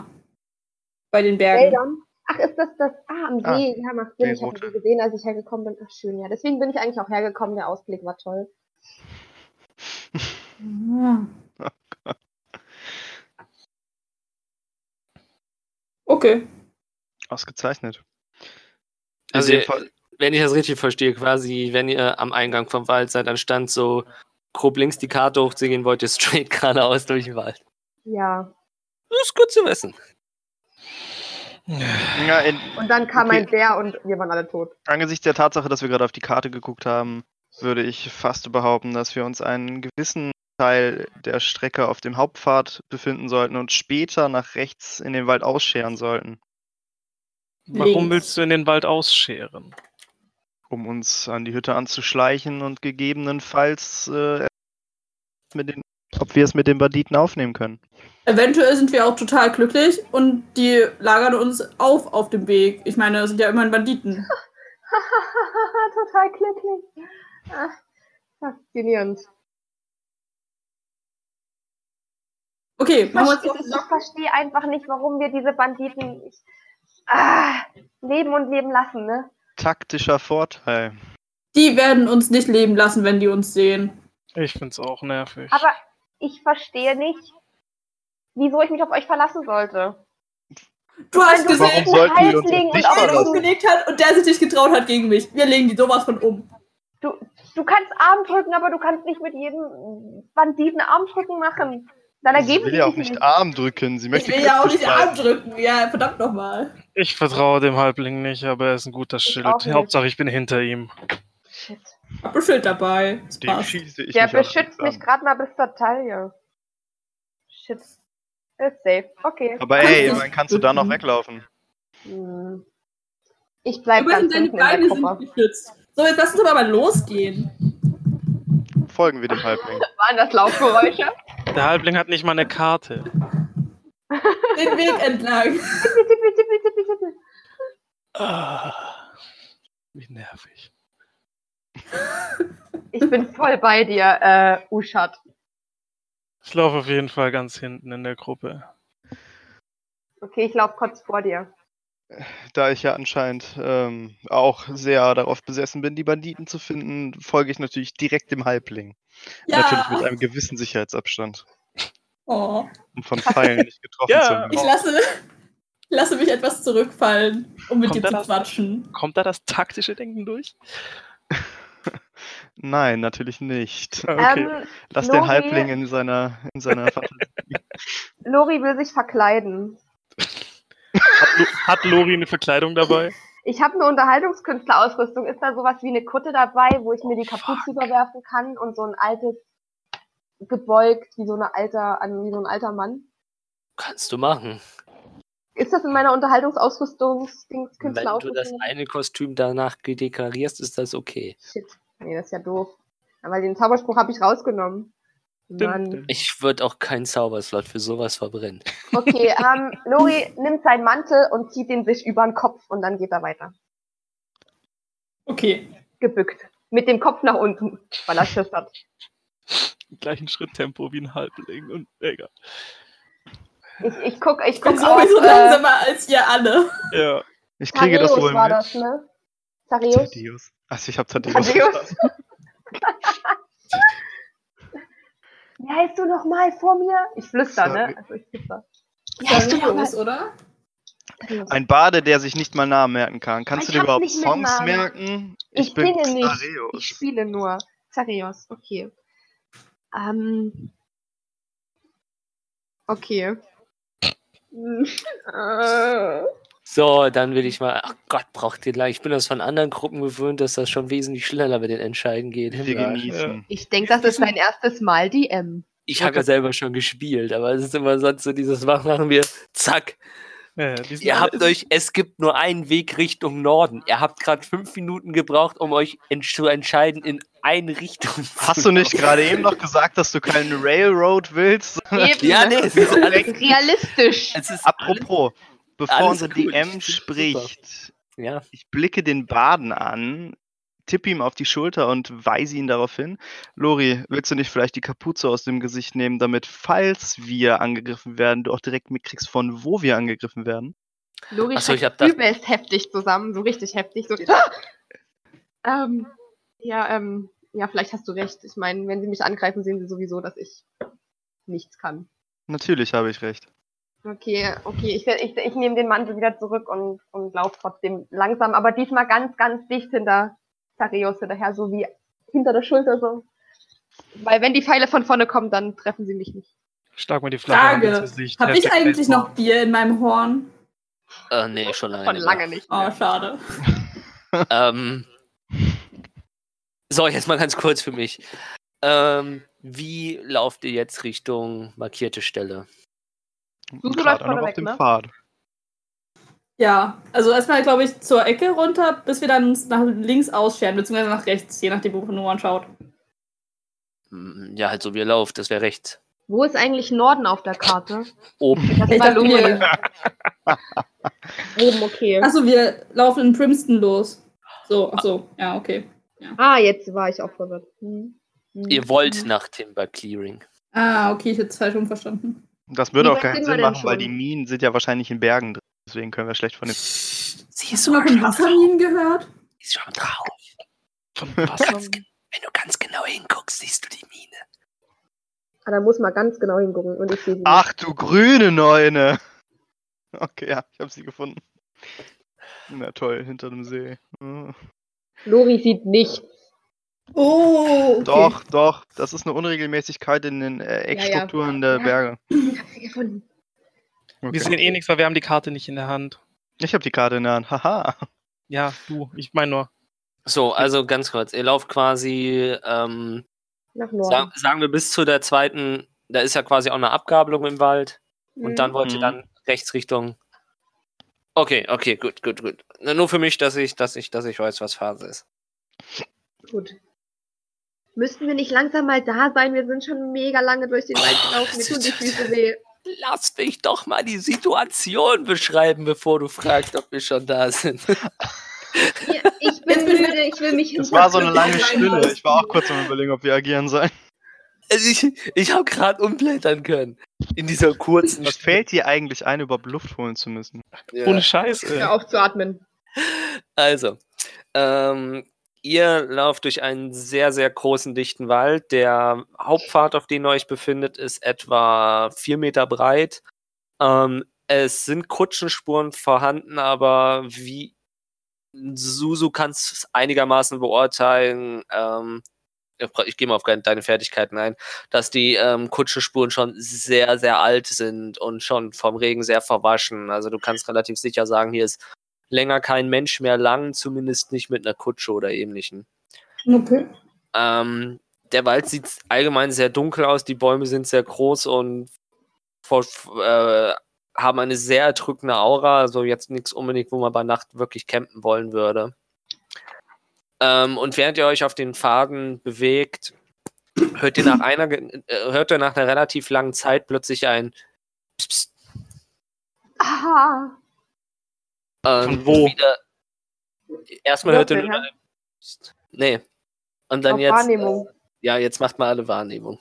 bei den Bergen.
Wäldern? Ach, ist das das? Ah, am
Ah,
See. ja, macht
die
Sinn. Ich habe
rote.
die gesehen, als ich hergekommen bin. Ach, schön, ja. Deswegen bin ich eigentlich auch hergekommen. Der Ausblick war toll.
Ah. Okay.
Ausgezeichnet. In
Also,
dem Fall-
wenn ich das richtig verstehe, quasi, wenn ihr am Eingang vom Wald seid, anstatt so grob links die Karte hochzugehen, wollt ihr straight geradeaus durch den Wald.
Ja.
Das ist gut zu wissen.
ja, in,
Und dann kam
Okay.
ein Bär und wir waren alle tot.
angesichts der Tatsache, dass wir gerade auf die Karte geguckt haben, würde ich fast behaupten, dass wir uns einen gewissen Teil der Strecke auf dem Hauptpfad befinden sollten und später nach rechts in den Wald ausscheren sollten,
Warum
Links.
willst du in den Wald ausscheren?
um uns an die Hütte anzuschleichen und gegebenenfalls, äh, mit den, ob wir es mit den Banditen aufnehmen können.
Eventuell sind wir auch total glücklich und die lagern uns auf auf dem Weg. Ich meine, das sind ja immerhin Banditen.
Total glücklich. Ah, Faszinierend.
Okay, machen wir uns
Verste-
doch
Ich verstehe einfach nicht, warum wir diese Banditen ich, ah, leben und leben lassen, ne?
Taktischer Vorteil.
Die werden uns nicht leben lassen, wenn die uns sehen.
Ich find's auch nervig.
Aber ich verstehe nicht, wieso ich mich auf euch verlassen sollte.
Du
Warum
hast gesehen,
Warum
sollten
sollten
wir
wir
uns
uns
Halsling und nicht auch
nicht
der
verlassen?
verlassen?
umgelegt hat und der sich nicht getraut hat gegen mich. Wir legen die sowas von um.
Du kannst Arm drücken, aber du kannst nicht mit jedem Banditen Arm drücken machen. Dann
Sie
ergeben
will
die
ja auch
sich
nicht
nicht.
Arm drücken. Sie
Ich
möchte
will ja auch
glücklich
nicht
bleiben.
Arm drücken. Ja, verdammt nochmal.
Ich vertraue dem Halbling nicht, aber er ist ein guter Schild.
auch nicht.
Hauptsache, ich bin hinter ihm.
Hab ein Schild dabei. Das
Dem
passt.
schieße ich
Der
mich allerdings
beschützt mich
an.
gerade mal bis zur Taille. Shit. Ist safe. Okay.
Aber ey,
Also-
wann kannst du da noch weglaufen?
Hm. Ich bleibe
Immerhin
ganz
seine
hinten in
Beine
der
sind
Gruppe.
geschützt. So, jetzt lass uns aber mal losgehen.
Folgen wir dem Halbling.
Waren das Laufgeräusche?
Der Halbling hat nicht mal eine Karte.
Den Weg entlang.
Tippi, tippi, tippi, tippi, tippi.
Ah, wie nervig.
Ich bin voll bei dir, äh, Uschat.
Ich laufe auf jeden Fall ganz hinten in der Gruppe.
Okay, ich laufe kurz vor dir.
Da ich ja anscheinend ähm, auch sehr darauf besessen bin, die Banditen zu finden, folge ich natürlich direkt dem Halbling. Natürlich mit
Ja.
einem gewissen Sicherheitsabstand,
Oh,
um von Pfeilen nicht getroffen
Ja.
zu werden.
ich lasse, lasse mich etwas zurückfallen, um mit
Kommt
dir
da
zu
das-
quatschen.
Kommt da das taktische Denken durch?
Nein, natürlich nicht.
Ah, Okay.
Ähm,
Lass
Lori-
den Halbling in seiner, in seiner Fantasie.
Lori will sich verkleiden.
Hat, Lo- hat Lori eine Verkleidung dabei?
Ich habe eine Unterhaltungskünstlerausrüstung. Ist da sowas wie eine Kutte dabei, wo ich mir die Kapuze überwerfen kann und so ein altes gebeugt wie so eine alter, an- wie so ein alter Mann?
Kannst du machen.
Ist das in meiner Unterhaltungsausrüstungs-Dings
Wenn du das
Künstlerausrüstung?
eine Kostüm danach dekorierst, ist das okay.
Shit. Nee, das ist ja doof. Aber den Zauberspruch habe ich rausgenommen. Mann.
Ich würde auch keinen Zauberslot für sowas verbrennen.
Okay, ähm, Lori nimmt seinen Mantel und zieht ihn sich über den Kopf und dann geht er weiter.
Okay.
gebückt. Mit dem Kopf nach unten, weil er Schiss hat.
Im gleichen Schritttempo wie ein Halbling. Und egal.
Ich, ich guck, ich
Ich bin
guck auf,
sowieso
äh,
langsamer als ihr alle.
Ja.
Ich kriege das wohl
Tadeus war
mit.
das, ne? Tadeus?
Tadeus. Achso, ich hab Tadeus.
Tadeus? Wie heißt du nochmal vor mir? Ich flüster, ne? Also ich flüster. Wie heißt du nochmal?
Seriös, oder?
Tadeus.
Ein Bade, der sich nicht mal Namen merken kann. Kannst
Ich
du dir
hab's
überhaupt
nicht mit
Songs
Namen.
merken?
Ich singe nicht. Ich
Xareus.
spiele nur. Zarios, okay. Ähm. Okay. Hm, äh,
So, dann will ich mal. Ach Gott, braucht ihr lang. Ich bin das von anderen Gruppen gewöhnt, dass das schon wesentlich schneller mit den Entscheiden geht.
Wir
Himmelarsch.
genießen.
Ich denke, das ist mein erstes Mal DM.
Ich habe ja selber schon gespielt, aber es ist immer sonst so dieses, was machen wir? Zack.
ja die sind
Ihr
alle-
habt euch, es gibt nur einen Weg Richtung Norden. Ihr habt gerade fünf Minuten gebraucht, um euch ents- zu entscheiden in eine Richtung.
Hast
zu
du nicht
laufen.
gerade eben noch gesagt, dass du keine Railroad willst?
Eben. ne?
Ja, Ah, nee, Also, es ist alles,
Realistisch.
es ist
Apropos, bevor
Alles
unsere
cool,
DM
ich find's
spricht,
ja.
ich blicke den Baden an, tippe ihm auf die Schulter und weise ihn darauf hin. Lori, willst du nicht vielleicht die Kapuze aus dem Gesicht nehmen, damit, falls wir angegriffen werden, du auch direkt mitkriegst, von wo wir angegriffen werden?
Lori
Ach so, also ich
schreckt
hab das-
übelst heftig zusammen, so richtig heftig. So, ähm, ja, ähm, ja, vielleicht hast du recht. Ich meine, wenn sie mich angreifen, sehen sie sowieso, dass ich nichts kann.
Natürlich habe ich recht.
Okay, okay, ich, werd- ich, ich nehme den Mantel wieder zurück und, und laufe trotzdem langsam, aber diesmal ganz, ganz dicht hinter Zareus hinterher, so wie hinter der Schulter so. Weil wenn die Pfeile von vorne kommen, dann treffen sie mich nicht.
Schlag mir die Flasche
Frage. Hab ich eigentlich noch Bier in meinem Horn?
Äh, nee, schon lange.
Von
nicht
lange nicht.
Oh,
Mehr.
schade.
mehr. Ähm, so, jetzt mal ganz kurz für mich. Ähm, Wie lauft ihr jetzt Richtung markierte Stelle?
Du
läufst vorne
auf
weg,
dem
ne?
Pfad.
Ja, also erstmal glaube ich zur Ecke runter, bis wir dann uns nach links ausscheren, beziehungsweise nach rechts, je nachdem, wovon man schaut.
Hm, Ja, halt so wie ihr lauft, das wäre rechts.
Wo ist eigentlich Norden auf der Karte?
Oben.
Das
Ich
war
dachte,
Lungen.
wir-
Oben, okay.
Achso, wir laufen in Princeton los. So, achso, ja, okay.
Ah, jetzt war ich auch verwirrt. Hm. Hm.
Ihr wollt nach Timber Clearing.
Ah, okay, ich hätte es falsch umverstanden.
Das würde
Wie
auch
weit
keinen
sind wir
Sinn
denn
machen, weil
schon?
die Minen sind ja wahrscheinlich in Bergen drin. Deswegen können wir schlecht von dem.
Sie
Hast du mal von Wasserminen gehört?
ist schon drauf.
Von was?
Wenn du ganz genau hinguckst, siehst du die Mine.
Ah, da muss man ganz genau hingucken. Und ich sehe sie
Ah.
nicht.
Ach du grüne Neune! Okay, ja, ich habe sie gefunden. Na toll, hinter dem See. Hm.
Lori sieht nichts.
Oh, okay.
Doch, doch, das ist eine Unregelmäßigkeit in den äh,
ja.
Eckstrukturen
Ja.
der Berge.
Ich hab sie gefunden.
Okay.
Wir sehen eh nichts, weil wir haben die Karte nicht in der Hand.
Ich habe die Karte in der Hand. Haha.
Ja, du, ich meine nur.
So, also ganz kurz. Ihr lauft quasi, ähm,
Nach
sagen,
Norden.
sagen wir bis zu der zweiten, da ist ja quasi auch eine Abgabelung im Wald. Und dann wollt ihr
Mhm.
dann rechts Richtung. Okay, okay, gut, gut, gut. Na, Nur für mich, dass ich, dass ich, dass ich weiß, was Phase ist.
Gut. Müssten wir nicht langsam mal da sein? Wir sind schon mega lange durch den Wald gelaufen. Mir tun die Füße weh.
Lass mich doch mal die Situation beschreiben, bevor du fragst, ob wir schon da sind.
Hier, Ich bin
Jetzt bin ich-
müde. Ich will mich
Das war so eine
hinsetzen.
lange Stille. Ich war auch kurz am überlegen, ob wir agieren sollen.
Also ich ich habe gerade umblättern können. In dieser kurzen
Was fällt dir eigentlich ein, überhaupt Luft holen zu müssen?
Ja.
Ohne Scheiß.
Hör auf zu atmen.
Also, ähm, ihr lauft durch einen sehr, sehr großen, dichten Wald. Der Hauptpfad, auf dem ihr euch befindet, ist etwa vier Meter breit. Ähm, es sind Kutschenspuren vorhanden, aber wie Susu kannst es einigermaßen beurteilen. Ähm, ich bra- ich gehe mal auf kein- deine Fertigkeiten ein, dass die ähm, Kutschenspuren schon sehr, sehr alt sind und schon vom Regen sehr verwaschen. Also du kannst relativ sicher sagen, hier ist länger kein Mensch mehr lang, zumindest nicht mit einer Kutsche oder ähnlichen.
Okay.
Ähm, der Wald sieht allgemein sehr dunkel aus, die Bäume sind sehr groß und vor, f- äh, haben eine sehr erdrückende Aura, also jetzt nichts unbedingt, wo man bei Nacht wirklich campen wollen würde. Ähm, und während ihr euch auf den Faden bewegt, hört ihr nach einer, ge- äh, hört ihr nach einer relativ langen Zeit plötzlich ein Psst, Psst,
Aha.
Ähm,
Von wo?
Wieder, erstmal hört ihr
Würfeln,
nur. Nee. Und dann
Auf
jetzt.
Wahrnehmung.
Äh, ja, jetzt macht mal alle Wahrnehmung.